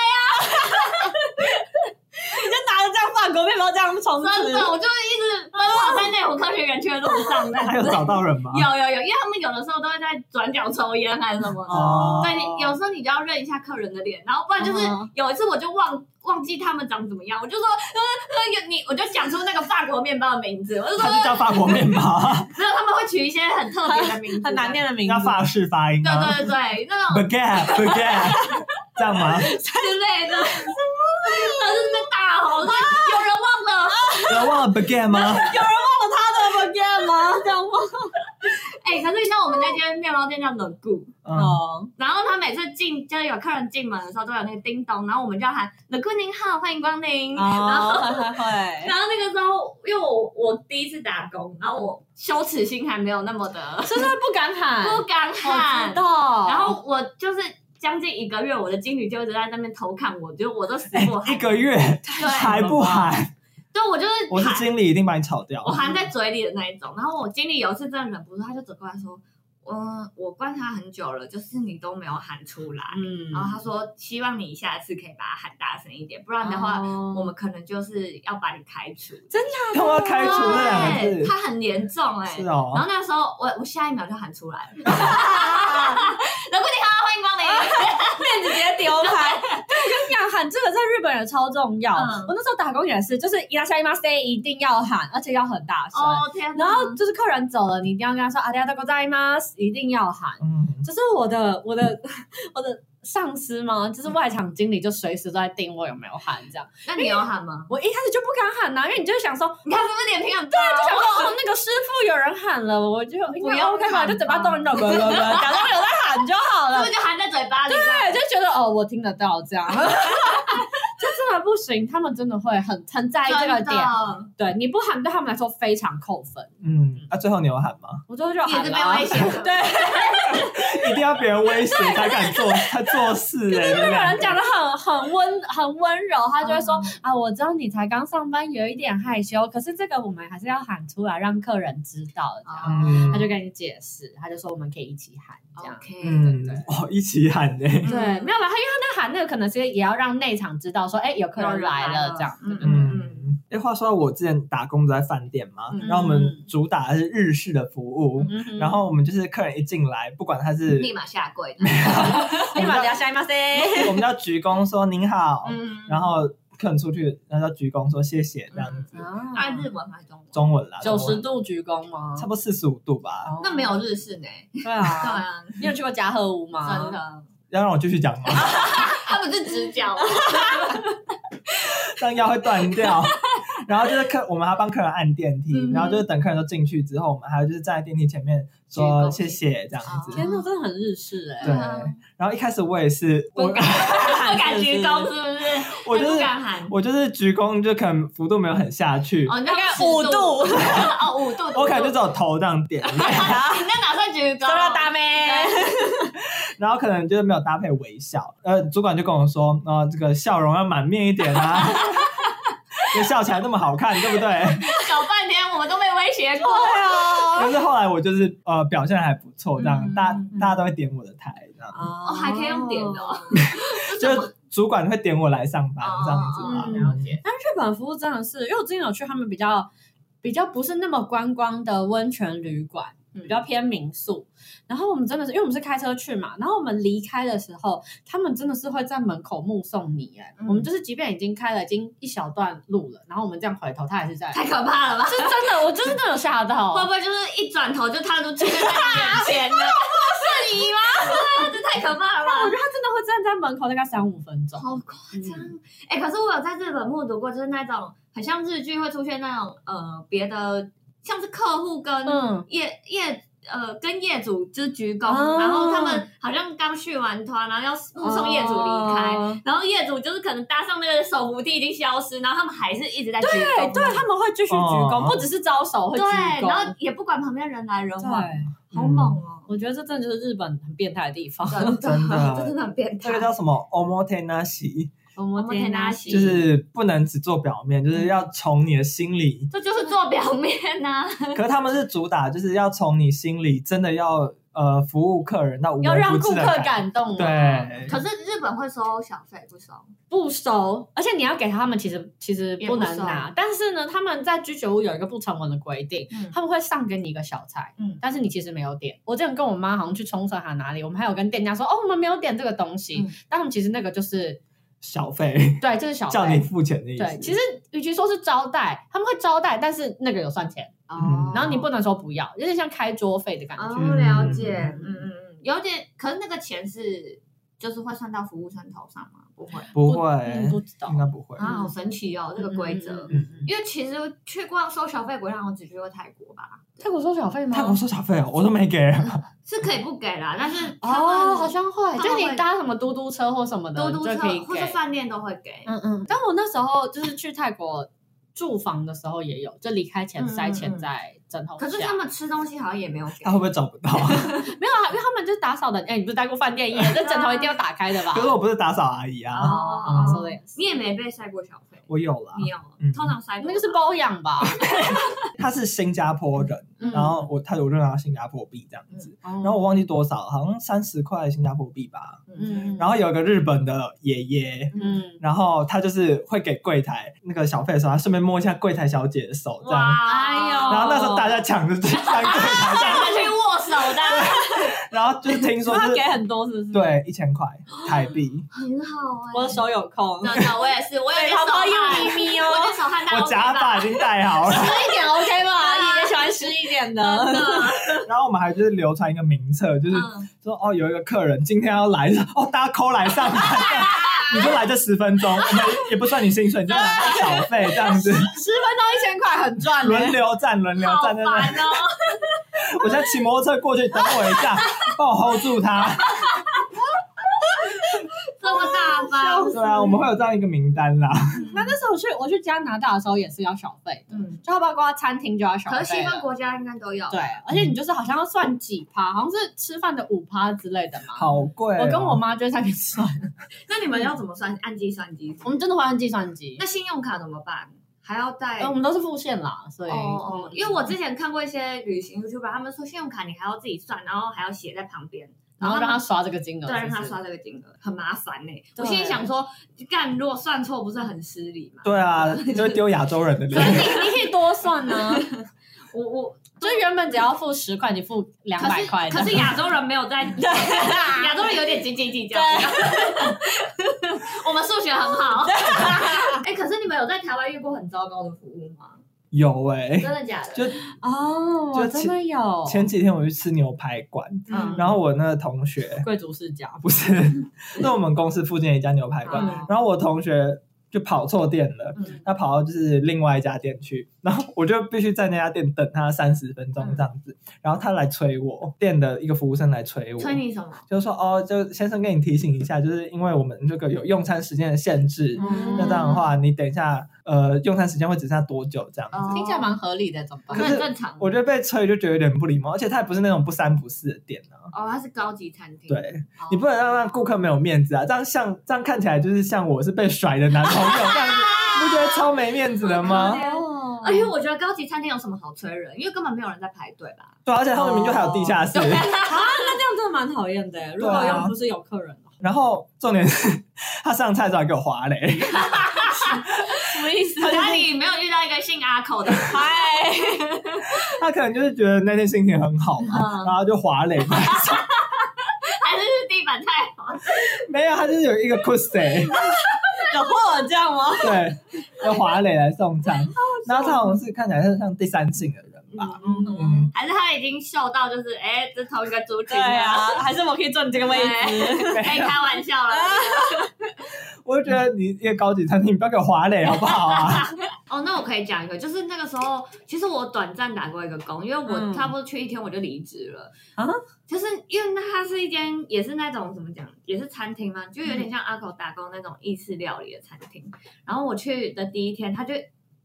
你就拿着这样法国面包这样冲
啊！真
刺
的，，我就一直奔跑在内湖科学园区的路 上。
还有找到人吗？
啊有有有，因为他们有的时候都会在转角抽烟还是什么的。
哦
对，你有时候你就要认一下客人的脸，然后不然就是
嗯
有一次我就忘忘记他们长怎么样，我就说呃呃有你，我就讲出那个法国面包的名字，我就说
他就叫法国面包，
没有，他们会取一些很特别的名字，
很难。念的 名字
要。法式发音
对
啊。
对对，那种
Baguette baguette，这样吗？
之类的，什么？他就是在大吼，说有人忘了。
不要忘了 baguette 吗？
有人忘了他的 b a g u e 吗？这样忘？
哎、哎、可是你知道我们那间面包店叫冷固，
嗯，
哦，
然后他每次进就是有客人进门的时候都有那个叮咚，然后我们就要喊冷固您好，欢迎光临。然后
哦，会会会，
然后那个时候，因为我我第一次打工，然后我羞耻心还没有那么的
是不是不敢喊？
不敢
我哦
喊
知，道。
然后我就是将近一个月，我的经理就一直在那边偷看我，就我都死
哎
不喊，
一个月还不喊，
对我就是
我是
喊，
经理，一定把你炒掉
我。含在嘴里的那一种。然后我经理有一次真的忍不住，他就走过来说：“嗯，我观察很久了，就是你都没有喊出来。
嗯
然后他说：“希望你下次可以把它喊大声一点，不然的话，
哦
我们可能就是要把你开除。”
他们要开除那两个
对
字，
他很严重哎、
是
然
哦，
后那时候我我下一秒就喊 出来了，如果你好，欢迎光临。
面子直接丢开。 对，我跟你讲，喊这个在日本人超重要。
嗯
我那时候打工也是，就是伊拉夏伊妈 say 一定要喊，而且要很大声。
哦天哪，
然后就是客人走了，你一定要跟他说“阿里阿多ございます”，一定要喊。
嗯，
就是我的我的 我的上司嘛，就是外场经理，就随时都在盯我有没有喊这样。
那你有喊吗？
我一开始就不敢喊啊呐、因为你就会想说，
你看是不是脸皮很对，啊就
想 说哦，那个师傅有人喊了，我就
不
不
要
OK 吧，
喊吧
就嘴巴动一动， 滚滚滚，假装有在喊就好了
哦是不。是就含在嘴巴里？
对，就觉得哦，我听得到这样， 就真的不行，他们真的会很很啊在意这个
真的
点。
哦
对，你不喊对他们来说非常扣分。
嗯，那、最后你有喊吗？
我最后就
你也
喊
是被
了啊
威胁的
对，
一定要别人威胁才敢做，他做事哎、
日
欸，
本人
两
讲的很很温很温柔，他就会说、
嗯
啊，我知道你才刚上班，有一点害羞，可是这个我们还是要喊出来，让客人知道。这样，
嗯
他就跟你解释，他就说我们可以一起喊这样。
OK，
嗯，哦，一起喊哎、
对，
嗯
没有吧？他因为他那喊那个，可能是也要让内场知道说，哎，有客
有
人
人
来
来
了
了
这样。对对对
嗯，哎、话说到我之前打工在饭店嘛，
嗯
然后我们主打的是日式的服务，
嗯哼
然后我们就是客人一进来，不管他是
立马下跪的。
立哎马聊下一马塞。
我们叫鞠躬说您好，
嗯
然后客人出去，然后叫鞠躬说谢谢这样子，
按日文嗯还是中文？
中文啦，
九十
中
度鞠躬吗
文，差？不多四十五度吧。
哦
啊那没有日式呢？
对
对
啊，
啊，
你有去过嘉禾屋吗？
真，的，
要让我继续讲吗？
他们是直角吗。
这样腰会断 掉。然后就是客，我们还帮客人按电梯，
嗯
然后就是等客人都进去之后，我们还有就是站在电梯前面说谢
鞠躬
谢这样子。
哦
天哪，真的很日式哎。
对
嗯，
然后一开始我也是，我
不敢不
不敢鞠躬是不是？
我就是
不敢喊。
我就是鞠躬，就可能幅度没有很下去，
哦，你那
大
个
概
尺
五度，
哦，五度。
我可能就只
五度
有头这样点，
你那哪算鞠
都
躬？
要大妹。
然后可能就是没有搭配微笑。呃，主管就跟我说，呃，这个笑容要满面一点啊，就笑起来那么好看，对不对？
搞半天我们都被威胁过。
对啊。
但是后来我就是呃表现得还不错，这样、
嗯
大
嗯
大家都会点我的台，这样。
哦
还可以用点的哦。
就是主管会点我来上班这样子啊嘛。
哦
嗯，了解。
但日本服务真的是，因为我之前有去他们比较比较不是那么观光的温泉旅馆，
嗯
比较偏民宿。然后我们真的是，因为我们是开车去嘛，然后我们离开的时候，他们真的是会在门口目送你、哎、
嗯
我们就是即便已经开了已经一小段路了，然后我们这样回头，他还是在。
太可怕了吧？
是真的，我就是真的有吓 到，
会不会就是一转头就他都出现在你眼前了？ 是你吗？这太可怕了
我觉
吧！
得他真的会站在门口大概三五分钟。嗯
好夸张！哎、可是我有在日本目睹过，就是那种很像日剧会出现那种呃别的，像是客户跟
嗯，
业、业呃跟业主就是鞠躬，
哦
然后他们好像刚续完团，然后要目送业主离开。
哦
然后业主就是可能搭上那个手扶梯已经消失，然后他们还是一直在鞠
对
躬，
哎对，他们会继续鞠躬，
哦
不只是招手会鞠
对，
躬。
然后也不管旁边人来人往，
对，
嗯
好猛哦！
我觉得这真的就是日本很变态的地方。
真
真的
这真的很变态
这个。叫什么 omotenashi，
我们
哦天哪
就是不能只做表面，就是要从你的心 里。
这就是做表面啊呐、
可是他们是主打，就是要从你心里真的要呃服务客人到无微
要让
不
顾
至
客
的感
感动、啊，，
对，
可是日本会收小费不收？
不收，而且你要给他们，其实其实
也
不
不
能
收
拿。但是呢，他们在居酒屋有一个不成文的规定，
嗯
他们会上给你一个小菜，
嗯
但是你其实没有点。我之前跟我妈好像去冲绳还哪里，我们还有跟店家说，哦，我们没有点这个东西，
嗯
但他们其实那个就是
小费
对，就是小
叫你
费。
付钱的意思。
对，其实与其说是招待，他们会招待，但是那个有算钱，
哦
嗯
然后你不能说不要，有点像开桌费的感觉。
哦，了解，嗯嗯嗯，有点，可是那个钱是就是会算到服务生头上吗？不会
不
嗯不
会，
知道
应该不会。
啊，好神奇哦，这个规则。
嗯嗯嗯嗯
因为其实去逛收小费不会让我只去过泰国吧，
泰国收小费吗？
泰国收小费哦，我都没给。
嗯
是可以不给啦，但是他们
哦，好像会，
他们
就
会
你搭什么嘟嘟车或什么的，
嘟嘟
你
车
就可以
或是
给。
饭店都会给。
嗯嗯，但我那时候就是去泰国住房的时候也有，就离开前塞钱在枕头下。
可是他们吃东西好像也没有 给
他，会不会找不 到？
没有啊，因为他们就是打扫的。哎，你不是待过饭 店业，这枕头一定要打开的吧
可？是我不是打扫阿姨啊，
哦，说的也是，
你也没被塞过小费，
我有啦
你。有？
嗯
通常塞过
那个是包养吧？
他是新加坡人，
嗯
然后我他我就拿新加坡币这样子，
然
然后我忘记多少，好像三十块新加坡币吧。
嗯
然后有一个日本的爷爷，
嗯，
嗯，
然后他就是会给柜台那个小费的时候，他顺便摸一下柜台小姐的手这样。
哇，哦
哎呦
然后那时候大家抢着去上柜台 这样，
他去握手的，
然后就是听说
他
就
给
是
很多是不是？，
对一千块台币，
很好哎
我的手有空，
真的，我也是，我有点手
宝宝
汗，
又咪咪
我有
哦，
点手汗 到
我假发已经戴好了。
湿一点 OK 吧？也喜欢湿一点的。
然后我们还就是流传一个名册，就是
嗯，
说哦，有一个客人今天要来，哦，大家抠来上班， 你就来这十分钟，我们也不算你薪水，你就拿个小费这样 子，
十分钟一千块很赚欸
轮
的。
流站，轮流
好
啊
站在那。
烦哦，
我现在骑摩托车过去，等我一 下，帮我 hold 住他。
这么大方，
对啊，我们会有这样一个名单啦。
那那时候我去我去加拿大的时候也是要小费的，
嗯，
就包括餐厅就要小费
可
了。
是西方国家应该都有，
对，而且你就是好像要算几趴，好像是吃饭的五趴之类的嘛。
好贵哦、
我跟我妈就在那边 算，
那你们要怎么算？按计算机？
我们真的会按计算机
那。信用卡怎么办？还要带？
呃我们都是付现啦，所以
哦哦，因为我之前看过一些旅行 YouTuber，他们说信用卡你还要自己算，然后还要写在旁边，
然后
他
让他
们
刷这个金额，
对让
是
他
不是
刷这个金额，很麻烦呢、
对
我心里想说，干如果算错，不是很失礼吗？
对啊，就会丢亚洲人的
可
脸。
是你你可以多算呢，
我我
就原本只要付十块，你付两
可
百
是
块的，啊
可是亚洲人没有在，亚洲人有点斤斤计较。 我们数学很好。 哎、可是你们有在台湾遇过很糟糕的服务吗？
有哎、
真的假的？
就
哦，
就
真的有
前几天我去吃牛排馆，
嗯
然后我那个同学
贵族世家，
不是， 是我们公司附近的一家牛排馆，
嗯
然后我同学就跑错店了。
嗯
他跑到就是另外一家店去，然后我就必须在那家店等他三十分
嗯
钟这样子，然后他来催我，店的一个服务生来催我，
催你什么？
就说哦，就先生跟你提醒一下，就是因为我们这个有用餐时间的限制，
嗯
那这样的话，你等一下呃用餐时间会只剩下多久这样子。
哦
听起来蛮合理的，怎么办
可
那
是？
很正常。
我觉得被催就觉得有点不礼貌，而且他也不是那种不三不四的店啊。
哦，它是高级餐厅。
对，
哦，
你不能让让顾客没有面子啊！这样像这样看起来就是像我是被甩的男朋友这样子，不觉得超没面子的吗？
哦
哎
而且我觉得高级餐厅有什么好催人？因为根本没有人在排队吧？
对，而且他们明明就还有地下
哦
室。
啊那这样真的蛮讨厌的，如果
对啊
又不是有客人的话，
然后重点是，他上菜的时候还给我滑嘞，
什么意 思
家里没有遇到一个姓阿口的，嗨，
他可能就是觉得那天心情很好嘛，
嗯
然后就滑嘞。
还是是地板太滑？
没有，他就是有一个 c u s i
有货这样吗？
对，要滑嘞来送餐。然后他好像是看起来是像第三性的人吧，
嗯，
嗯，
还是他已经嗅到就是哎，这同一个族群
对啊，还是我可以坐你这个位置。
对可以开玩笑了。
我就觉得你一个高级餐厅，你不要给我滑嘞好不好啊？
哦，那我可以讲一个，就是那个时候，其实我短暂打过一个工，因为我
嗯
差不多去一天我就离职了
啊，
就是因为那它是一间也是那种怎么讲，也是餐厅嘛，就有
嗯
点像阿口打工那种意式料理的餐厅。然后我去的第一天，他就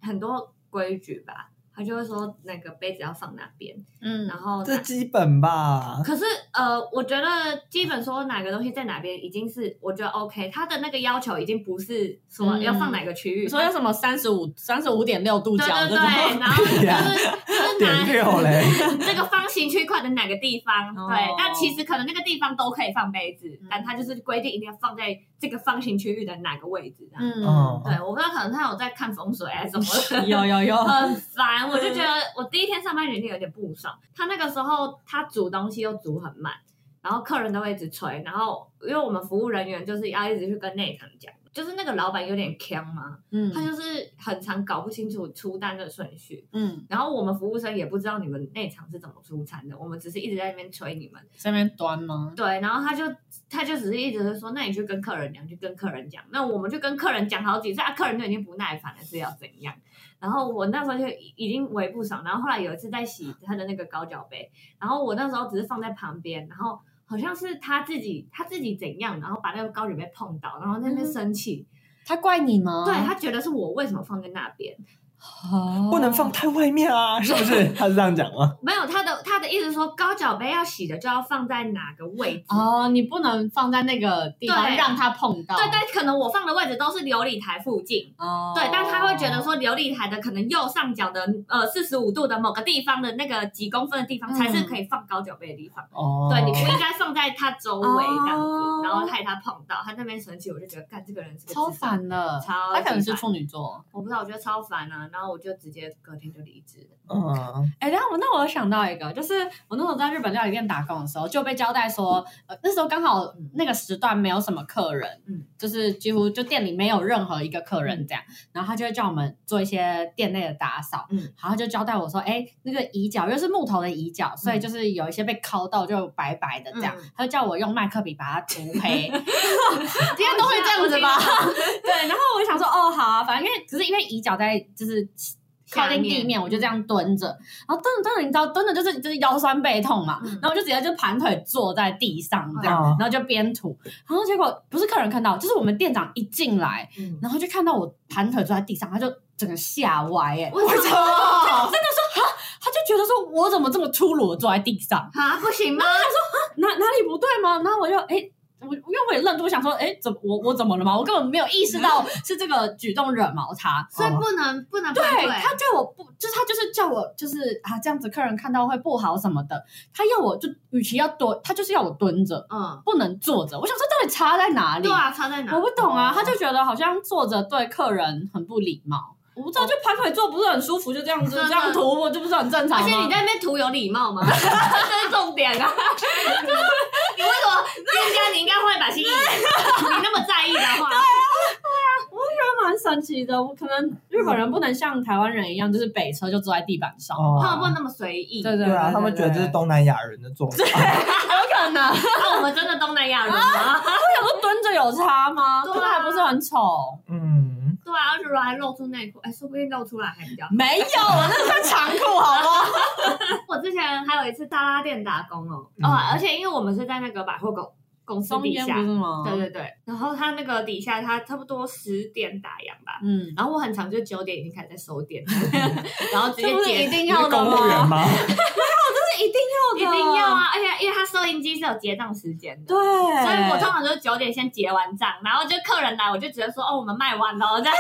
很多规矩吧，他就会说那个杯子要放哪边，
嗯
然后
这
哪
基本吧。
可是呃，我觉得基本说哪个东西在哪边已经是我觉得 OK，他的那个要求已经不是说
嗯
要放哪个区域，
你说要什么三十五、三十五点六度
对
角
对
这
对，
种，
然后就是
对啊
就是
点
拿
六 嘞，
这个方形区块的哪个地方，
哦嗯
对，但其实可能那个地方都可以放杯子，但他就是规定一定要放在这个方形区域的哪个位置这样。
嗯，
嗯
对，我不知道，可能他有在看风水还是什么 的。
有有有，
很烦，我就觉得我第一天上班人就有点不爽。他那个时候他煮东西又煮很慢，然后客人都会一直催，然后因为我们服务人员就是要一直去跟内场讲，就是那个老板有点强嘛，
嗯
他就是很常搞不清楚出单的顺序，
嗯，
然后我们服务生也不知道你们那场是怎么出餐的，我们只是一直在那边催你们。
这边端吗？
对，然后他就他就只是一直在说，那你去跟客人讲，去跟客人讲。那我们就跟客人讲好几次，啊，客人就已经不耐烦了，是要怎样？然后我那时候就已已经围不上，然后后来有一次在洗他的那个高脚杯，然后我那时候只是放在旁边，然后好像是他自己他自己怎样，然后把那个高脚杯碰倒，然后在那边生气，
他怪你吗？
对他觉得是我为什么放在那边，
哦
不能放太外面啊，是不是？他是这样讲吗？
没有他的他的意思说高脚杯要洗的就要放在哪个位置，
哦，你不能放在那个地方
对
让他碰到。
对，但可能我放的位置都是琉璃台附近。
哦，
对，但他会觉得说琉璃台的可能右上角的呃四十五度的某个地方的那个几公分的地方才是可以放高脚杯的地方，
哦，
对你不应该放在它周围这样子，
哦
然后害他碰到，他那边生气，我就觉得干这个人是个
超
智障，
烦的，
超
他可能
级
是
烦
处女座。
我不知道，我觉得超烦啊，然后我就直接隔天就离职了。
嗯，
哎，然后我那我有想到一个，就是我那时候在日本料理店打工的时候，就被交代说，呃，那时候刚好那个时段没有什么客人，
嗯
就是几乎就店里没有任何一个客人这样，然后他就会叫我们做一些店内的打扫，
嗯
然后就交代我说，哎，那个椅脚又是木头的椅脚，所以就是有一些被敲到就白白的这样，
嗯
他就叫我用麦克笔把它涂黑，应啊该都会这样子吧？ 对，然后我就想说，哦，好啊，反正因为只是因为椅脚在就是靠近地
下
面，嗯
面
我就这样蹲着，然后蹲着蹲着，你知道蹲着就是就是腰酸背痛嘛，
嗯
然后我就直接就盘腿坐在地上这样，
哦
然后就边吐，然后结果不是客人看到，就是我们店长一进来，
嗯，
然后就看到我盘腿坐在地上，他就整个吓歪哎、
为什么？
他就觉得说我怎么这么粗鲁地坐在地上，
啊，不行吗？
哪哪里不对吗？然后我就哎。我因为我也愣住，我想说，哎，怎么我我怎么了嘛？我根本没有意识
嗯
到是这个举动惹毛他，
所以不能不能
哦对
排队
他叫我不，就是他就是叫我就是啊这样子，客人看到会不好什么的。他要我就与其要蹲，他就是要我蹲着，
嗯，
不能坐着。我想说到底差在哪里？
对啊，差在哪
我？不懂啊，他就觉得好像坐着对客人很不礼貌。我不
哦
知道，就盘腿坐不是很舒服，就这样 子
真的
这样涂，我就不是很正常
而
吗？
且你在那边涂有礼 貌吗？这是重点啊！你为什么店家你应该会把 心意，你那么在意的话，
啊蛮神奇的，我可能日本人不能像台湾人一样，就是北车就坐在地板上，
哦，
他们不能那么随意。
对对啊
对啊，他们觉得这是东南亚人的做法。
有可能。
啊那我们真的东南亚人 啊吗？
我想说蹲着有差吗？
对
蹲
啊
着还不是很丑？
嗯，
对啊，而且还露出内裤，哎，说不定露出来还比较好。
没有，我那穿长裤好吗？
我之前还有一次在拉店打工哦，
嗯
哦，而且因为我们是在那个百货公公司
松
底
烟
下
不，是吗？
对对对，然后他那个底下他差不多十点打烊吧，
嗯，
然后我很常就九点已经开始在收 店，然后直接
这不是
结
一定
你
要
是
的
公务员
吗？
吗？
这一定
一
要的，
定要！啊！而且因为它收银机是有结账时间的，
对，
所
所
以我通常就是九点先结完账，然后就客人来，我就直接说哦，我们卖完了，这样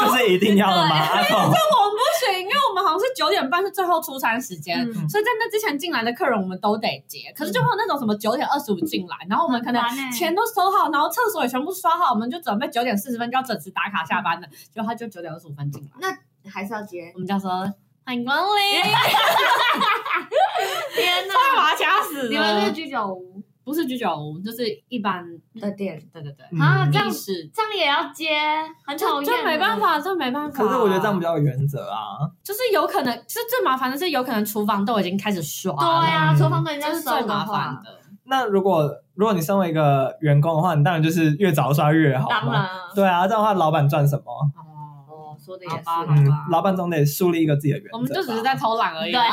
这是一定要的吗？啊阿童，
我们不行，因为我们好像是九点半是最后出餐时间。
嗯
所以在那之前进来的客人，我们都得结。可是就会有那种什么九点二十五进来，然后我们可能
很烦欸
钱都收好，然后厕所也全部刷好，我们就准备九点四十分就要准时打卡下班了。结果他就九点二十五分进来，
还是要结。
我们就说欢迎光 临，
天
快
哪！
把他掐死
你们是
了。
居酒屋
不是居酒屋，就是一般，
的店，
对对对，
嗯
啊这样
是。
这样也要接，很讨
这
厌。
这没办，法，这没办法。
可是我觉得这样比较有原则啊。
就是有可能，是最麻烦的是，有可能厨房都已经开始刷
对
了，
啊，
嗯
厨房都已经
这是
在收
最
的
麻
话
烦，的。
那如果如果你身为一个员工的话，你当然就是越早刷越好
当
嘛。
然啊。
对啊，这样的话老板赚什么？
哦，
哦，说的也
好
是
吧，好
嗯
吧，，
老板总得树立一个自己的原则吧。
我们就只是在偷懒而已
对，
啊。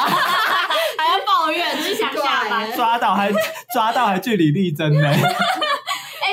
还要抱怨，只想下班。
抓到还 抓到还据理力争呢。
哎，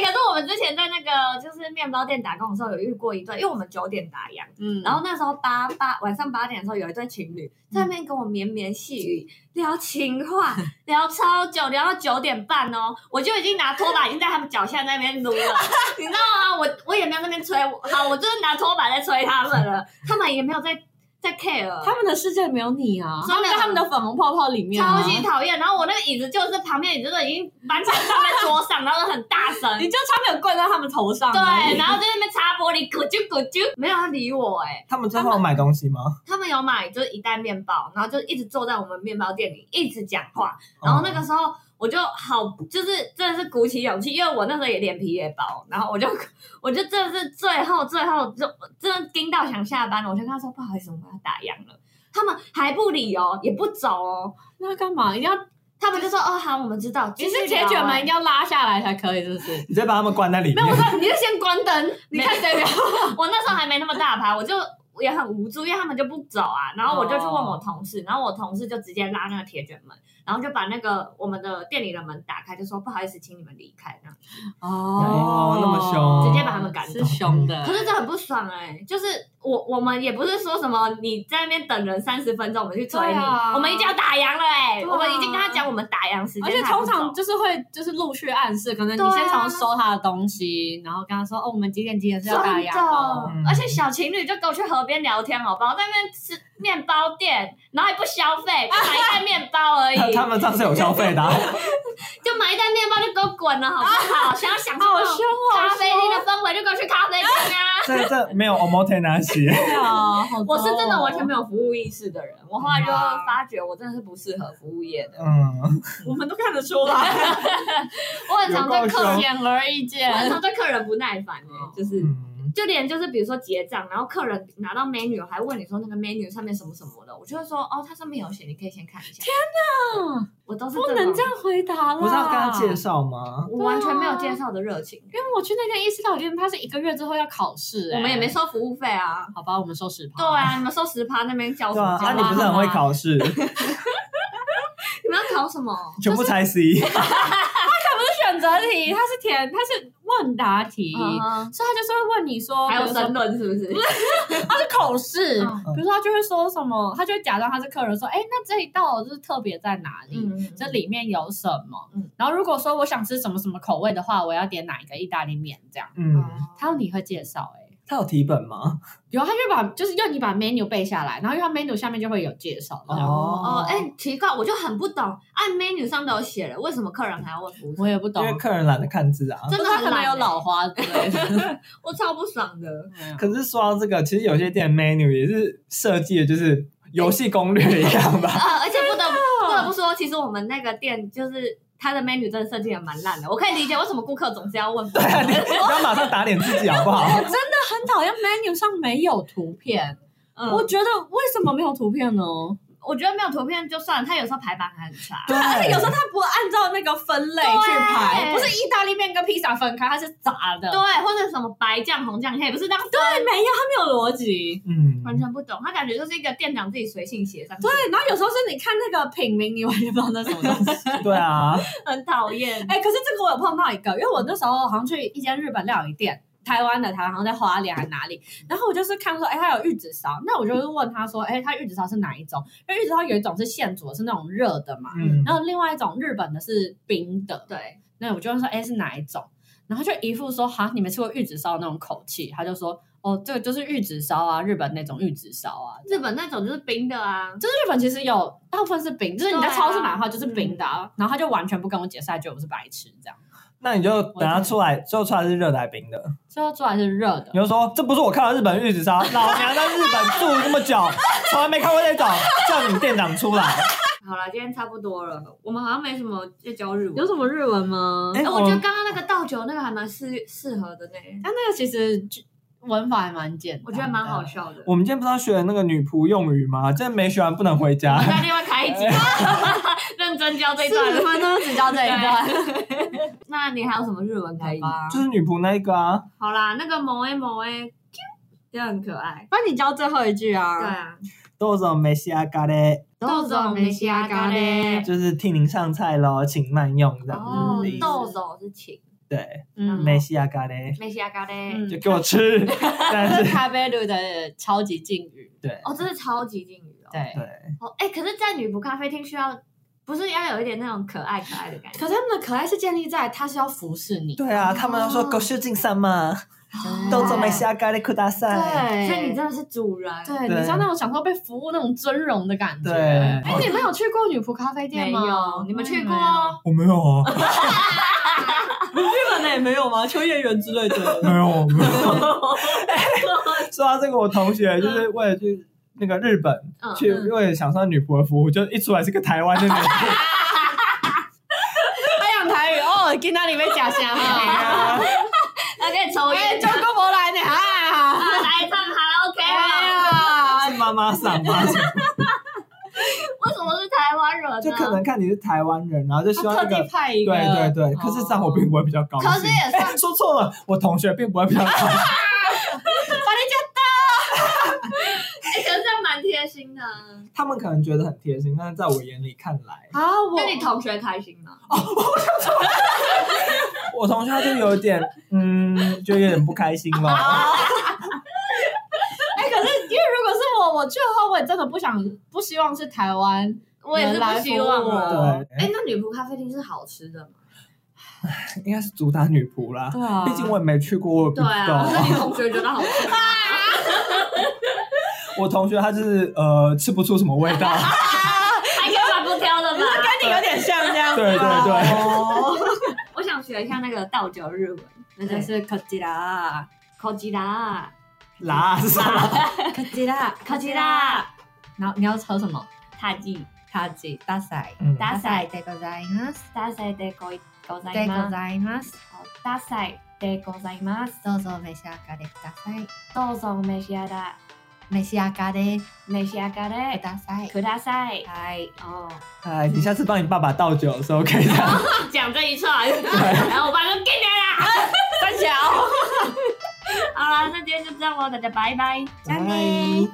可是我们之前在那个就是面包店打工的时候，有遇过一对，因为我们九点打烊。
嗯，
然后那时候八八晚上八点的时候，有一对情侣在那边跟我绵绵细语聊情话，聊超久，聊到九点半哦，我就已经拿拖把已经在他们脚下那边撸了，你知道吗？我我也没有在那边吹，我好，我就是拿拖把在吹他们了，他们也没有在在 care，
他们的世界没有你啊，
真
他
的
们在他们的粉红泡泡里面啊，
超级讨厌。然后我那个椅子就是旁边椅子都已经搬起来放在桌上，然后很大声，
你就差没有灌到他们头上啊而已。
对，然后在那边擦玻璃，咕啾咕啾，没有人理我哎、
他们最后有买东西吗？
他们有
哦
买就是一袋面包，然后就一直坐在我们面包店里一直讲话，然后那个时候我就好，就是真的是鼓起勇气，因为我那时候也脸皮也薄，然后我就 我就真的是最后最后就真的盯到想下班了，我就跟他说不好意思，我们要打烊了。他们还不理哦，也不走哦，
那干嘛？一定要
他们就说哦好，我们知道。
你
继续
是
聊
铁
啊
卷门一定要拉下来才可以，是不是？
你再把他们关在里
没有，我
面。
说你就先关灯，你
没
看谁聊。 我那时候还没那么大牌，我就也很无助，因为他们就不走啊。然后我就去问我同
哦
事，然后我同事就直接拉那个铁卷门，然后就把那个我们的店里的门打开，就说不好意思，请你们离开。这样，
哦那么凶
直接把他们赶走
是凶的。
可是这很不爽哎、就是我我们也不是说什么你在那边等人三十分钟，我们去催
对
你，
啊
我们已经要打烊了哎、
对啊
我们已经跟他讲我们打烊时间，
而且
他还
通
不走
常就是会就是陆续暗示，可能
对啊
你先从收他的东西，然后跟他说哦，我们几点几点是要打烊哦。
嗯
而且小情侣就跟我去河边聊天，好不好？在那边吃面包店，然后也不消费，就买一袋面包而 已，
他他们上次有消费的啊，
就买一袋面包就给我滚了，好不好？想要享受那
好
种
哦
咖啡厅的氛围，就给我去咖啡 厅啊！
这这没有 omote 那些。
对啊，好
我是真的
糟哦
完全没有服务意识的人，我后来就发觉我真的是不适合服务业 的，
嗯，
我们都看得出来。
我很常对客
有够
人
凶，
显而易见
我。很常对客人不耐烦哎、就是。
嗯
就连就是比如说结账，然后客人拿到 menu 还问你说那个 menu 上面什么什么的，我就会说哦，它上面有写，你可以先看一下。天哪，我都是
不
种
能这样回答了。
不是要跟他介，绍吗？
我完全没有介绍的热情，
因为我去那天意识到，我觉得他是一个月之后要考试、欸，
我们也没。收服务费啊。
好吧，我们收十趴。
对啊，你们收十趴那边教什
对啊，啊
么教？
你不是很会考试，
你们要考什么？
全部 猜 C。
选择题，它是填，它是问答题，
嗯
所以他就是会问你说，
还有
比如说
申论是不是？
他是口试，
哦嗯
比如说他就会说什么，他就会假装他是客人说，哎、那这一道就是特别在哪里？
嗯，
这里面有什么？
嗯
然后如果说我想吃什么什么口味的话，我要点哪一个意大利面这样。
嗯，
他
哦
要你会介绍哎、欸
他有题本吗？
有，他就把就是要你把 menu 背下来，然后因为他 menu 下面就会有介绍。这样
哦
哦，
哎，奇怪，我就很不懂，按 menu 上都有写了，为什么客人还要问服务生？
我也不懂
因，为客人懒得看字啊。
真
不知
的
道
很
可能
懒
有
欸
老，花之类的。
我超不爽的。
可是说到这个，其实有些店 menu 也是设计的，就是游戏攻略一样 吧。
呃，而且不得不得不说，其实我们那个店就是它的 menu 真的设计的蛮烂的。我可以理解为什么顾客总是要问服务
对啊，
生。
你不要马上打脸自己好 不好？
我真的很讨厌 menu 上没有图片，
嗯，
我
我
觉得为什么没有图片呢？
我觉得没有图片就算了，它有时候排版还很差。
对，
而且有时候他不按照那个分类去排，不是意大利面跟披萨分开，它是杂的。
对，啊或者什么白酱红酱，它也不是这样，对，
对，没有，它没有逻辑。
嗯，
完全不懂。它感觉就是一个店长自己随性写上去，
对，然后有时候是你看那个品名，你完全不知道那什么东 西。
对啊，
很讨厌。
哎、可是这个我有碰到一个，因为我那时候好像去一间日本料理店，台湾的，台湾好像在花莲还哪里，然后我就是看说，哎、它有玉子烧，那我就是问他说，哎、它玉子烧是哪一种？因为玉子烧有一种是现煮的，是那种热的嘛，
嗯，
然后另外一种日本的是冰的，
对，
那我就问说，哎、是哪一种？然后就一副说，哈，你们吃过玉子烧那种口气，他就说，哦，这个就是玉子烧啊，日本那种玉子烧啊，
日本那种就是冰的啊，
就是日本其实有大部分是冰，就是你在超市买的话就是冰的、啊，然后他就完全不跟我解释，他觉得我是白痴这样。
那你就等他出来，最后出来是热的还冰的？
最后出来是热的
你，就说这不是我看到日本玉子烧，啊老娘在日本住这么久，从来没看过那种，叫你店长出来。
好了，今天差不多了，我们好像没什么在教日文。
有什么日文吗？
哎
哎、我觉得刚刚那个倒酒那个还蛮适适合的呢，
但那个其实就文法还蛮简单，
我觉得蛮好。笑的。
我们今天不是要学那个女仆用语吗？真的没学完不能回家
我。在另外开一集，认真教这一段。
十分钟只教这一段，
那你还有什么日文可以？
吧
就是女仆那一个啊，
好啦，那个某 A 某 A，就很可爱。
那你教最后一句
对
啊，
啊，
豆总没下咖嘞，
豆总梅西阿嘎嘞，
就是替您上菜喽，请慢用这样
哦
子的意，思。
豆手是请，
对，
嗯，
梅西亚咖喱
梅西阿嘎嘞。
嗯
就给我吃，
这
但
是
是
咖啡鲁的超级敬语，
对
哦，这是超级敬语哦。
对。
对，
哦，哎、可是，在女仆咖啡厅需要，不是要有一点那种可爱可爱的感觉
可。是他们的可爱是建立在他是要服侍你，
对啊，他们说
哦
狗秀进三嘛，
对
豆总梅西亚咖喱库大赛，
对，
所以你真的是主人。
对，
对
你像那种享受被服务那种尊荣的感觉。
对
哎，你们有去过女仆咖啡店
没
吗？
有，你们去过？
我没有啊，
日本的也没有吗？秋叶原之 类的。
没有， 没有。哎说到这个，我同学就是为了去那个日本，
嗯
去为了享受女仆的服务，就一出来是个台湾的女仆，
我哦今仔日要食啥 哈？
啊
而且抽
啊哎，
烟
中，国无来呢啊！
啊来唱卡拉 OK
哎
啊？
呀，
是妈妈嗓吗？
为什么是台湾人呢？
就可能看你是台湾人，然后就希望
他特
那个哦
地派一
对
个，
对对，可是这样我并不会比较高兴。
可是也
哎，说错了，我同学并不会比较高兴。
哎，可是这样蛮贴心的啊。
他们可能觉得很贴心，但是在我眼里看来，
啊，我
那你同学开心吗？
我同学他就有点， 哦嗯，就有点不开心 了。
哎，可是因为如果是我，我去的话，我也真的不想，不希望是台湾。
我也是不希望啊。
对，
哎，那女仆咖啡厅是好吃的吗？
应该是主打女仆啦。
对啊
毕竟我也没去过，我也不知
对
道。
啊，那你同学觉得好吃吗？
我同学他就是呃吃不出什么味道，
还可以蛮不挑的吧？
跟你有点像这样
对对对，
哦，
我想学一下那个倒酒日文，那
那就
就是
是 科吉拉，
口吉拉，
辣是吧？
科吉拉，
口吉，拉，
然后你要抽什么？
タジ、
卡吉大赛，
嗯
ダサイ、
でございます。
ダサイでごいござ
で
い
ご
ます。
ざいます。
ダサイでございます。
どうぞ召し上がれください。
どうぞお召し上が
召し上がれく
召し上がれ
ださい。
ください。
はい。
哦，
哎，你下次帮你爸爸倒酒的时候可以这样。
讲这一串， 然后我爸说给你啦。
三角。
好了，那今天就这样喽，大家拜拜。
加你。